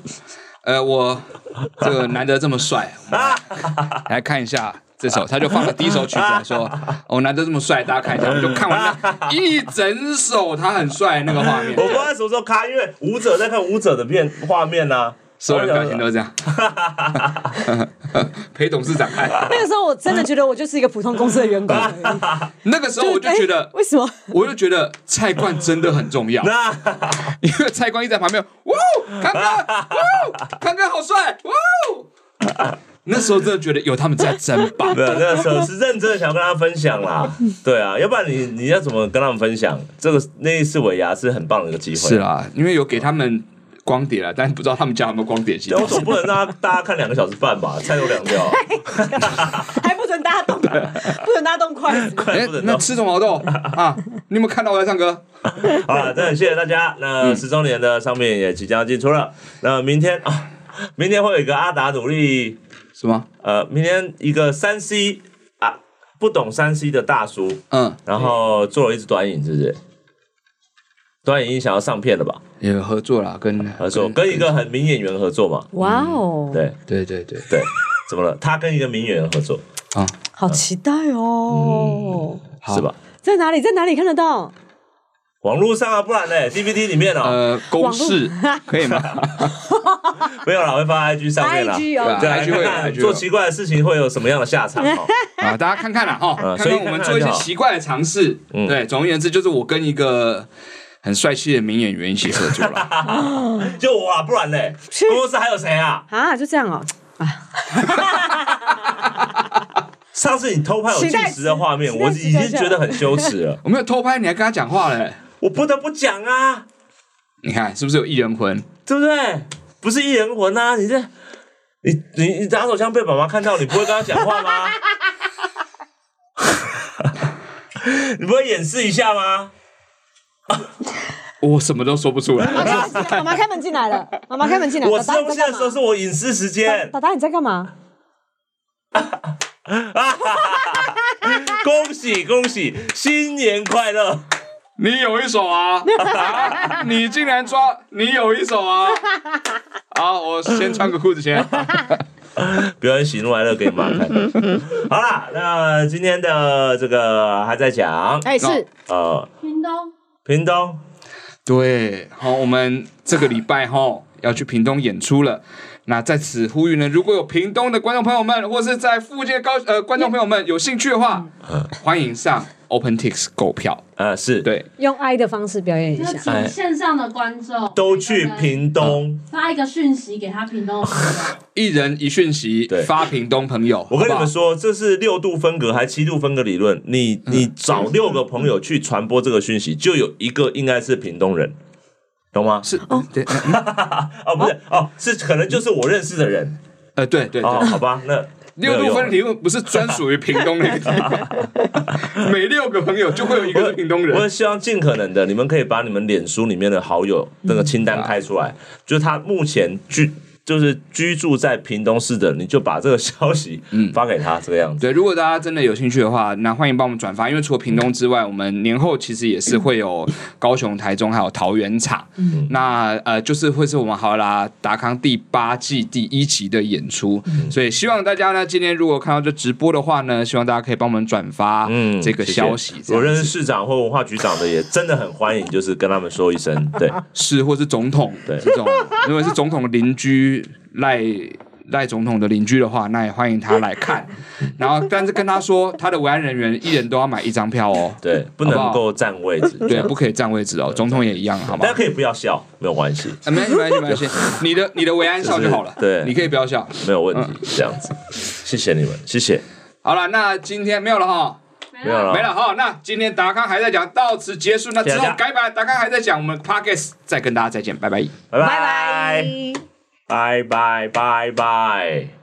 呃，我这个难得这么帅，我们啊来来看一下这首，他就放了第一首曲子来 说，我、难得这么帅，大家看一下，我们就看完那一整首他很帅的那个画面 我，不知道什么时候咔，因为舞者在看舞者的片画面呢、啊，所有人表情都是这 样，陪董事长看。那个时候我真的觉得我就是一个普通公司的员工而啊 已，那个时候我就觉得哎，为什么？我就觉得菜冠真的很重要。那因为蔡光一在旁边，哇哦，康康，哇哦，康康好帅，哇哦。那时候真的觉得有他们在真棒 没，有，那个时候啊是认真的想要跟大家分享啦。对啊，要不然你你要怎么跟他们分享？这个那一次尾牙是很棒的一个机会。啊是，啊啦，因为有给他们光碟了，但不知道他们家有没有光碟机对，。我总不能让他大家看两个小时 半吧，菜都凉掉了。哎 还不准大 家动，不准大家动筷子。哎不能，那动吃什么毛豆啊？你有没有看到我在唱歌？好了，真的很谢谢大家。嗯那十周年的商品也即将进出了。那明天啊，明天会有一个阿达努力，什么？呃，明天一个三 C 啊，不懂三 C 的大叔，嗯，然后做了一支短影，是不是？短影音想要上片了吧？也合作啦，跟合作跟一个很名演员合作嘛？哇哦，对。对对对对， 怎么了？他跟一个名演员合作，啊，好期待哦！好是吧？？在哪里？在哪里看得到？网络上啊，不然呢？DVD 里面哦，呃，公式可以吗？没有啦，会发 IG 上面啦。 IG 哦对，对啊来看 IG 看会，IG 做会奇怪的事情会有什么样的下 场哦。 啊，大家看看啦，哦，嗯看所以看看我看们做一就些好奇怪的尝试。嗯对，总而言之，就是我跟一个很帅气的名演员一起合 作了。就我啊，不然呢？公司还有谁啊？啊，就这样哦。上次你偷拍我期进待食的画面，期待我已经觉得很羞耻了，我没有偷拍，你还跟他讲话嘞？我不得不讲啊，你看是不是有艺人魂？对不对？不是一人魂啊，你这。你你你打手枪被爸妈看到，你不会跟他讲话吗？ 你不会演示一下吗？我什么都说不出来。妈妈开门进来了，妈妈开门进来了。我吃达达东你西在的干时嘛候是我隐私时间，达达你在干嘛？恭喜恭喜，新年快乐！你有一手啊！啊你竟然抓，你有一手啊！好，我先穿个裤子先。表演喜怒哀乐给你们看。好啦，那今天的这个还在讲，哎，是呃，云东，屏东对，好，我们这个礼拜哈要去屏东演出了。那在此呼吁呢，如果有屏东的观众朋友们，或是在附近的高呃观众朋友们有兴趣的话，嗯欢迎上 OpenTix 购票。呃，是，对，用爱的方式表演一就下。请线上的观众都去屏东。发一个讯息给他屏东的朋友，一人一讯息对发屏东朋友。我跟你好不们好，说，这是六度分隔还七度分隔理论。你嗯你找六个朋友去传播这个讯息，就有一个应该是屏东人，懂吗？是哦，对，哦，不是哦，是可能就是我认识的人呃，对啊对哦，对，好吧，那六没有度用分了离论不是专属于屏 东那个地方，每六个朋友就会有一个是屏东我人也。希望尽可能的，你们可以把你们脸书里面的好友那个清单开出嗯来，就是他目前居就是居住在屏东市的，你就把这个消息嗯发给他，这个样子。对，如果大家真的有兴趣的话，那欢迎帮我们转发，因为除了屏东之外，我们年后其实也是会有高雄、台中还有桃园场。嗯那呃，就是会是我们好啦达康第八季第一集的演出，嗯所以希望大家呢，今天如果看到这直播的话呢，希望大家可以帮我们转发嗯，这个谢谢消息。这样子我认识市长或文化局长的也真的很欢迎，就是跟他们说一声，对，是或是总统对这种，如果是总统的邻居赖赖总统的邻居的话，那也欢迎他来 看。然后，但是跟他说，他的维安人员一人都要买一张票哦，对，不好不能好够占位置，这对，样不可以占位置哦，总统也一样，好吗大家？可以不要笑，没有关系，啊没关系，没关系，没 关系。你的你的维安笑就好了，就是对你可以不要笑。没有问嗯题，这样子，谢谢你们，谢谢，好了，那今天没有了哈，没有了，没了哈。那今天达康还在讲，到此结束。那之谢谢后大家改版达康还在讲，我们 podcast 再跟大家再见，拜拜。拜拜拜。拜拜拜拜。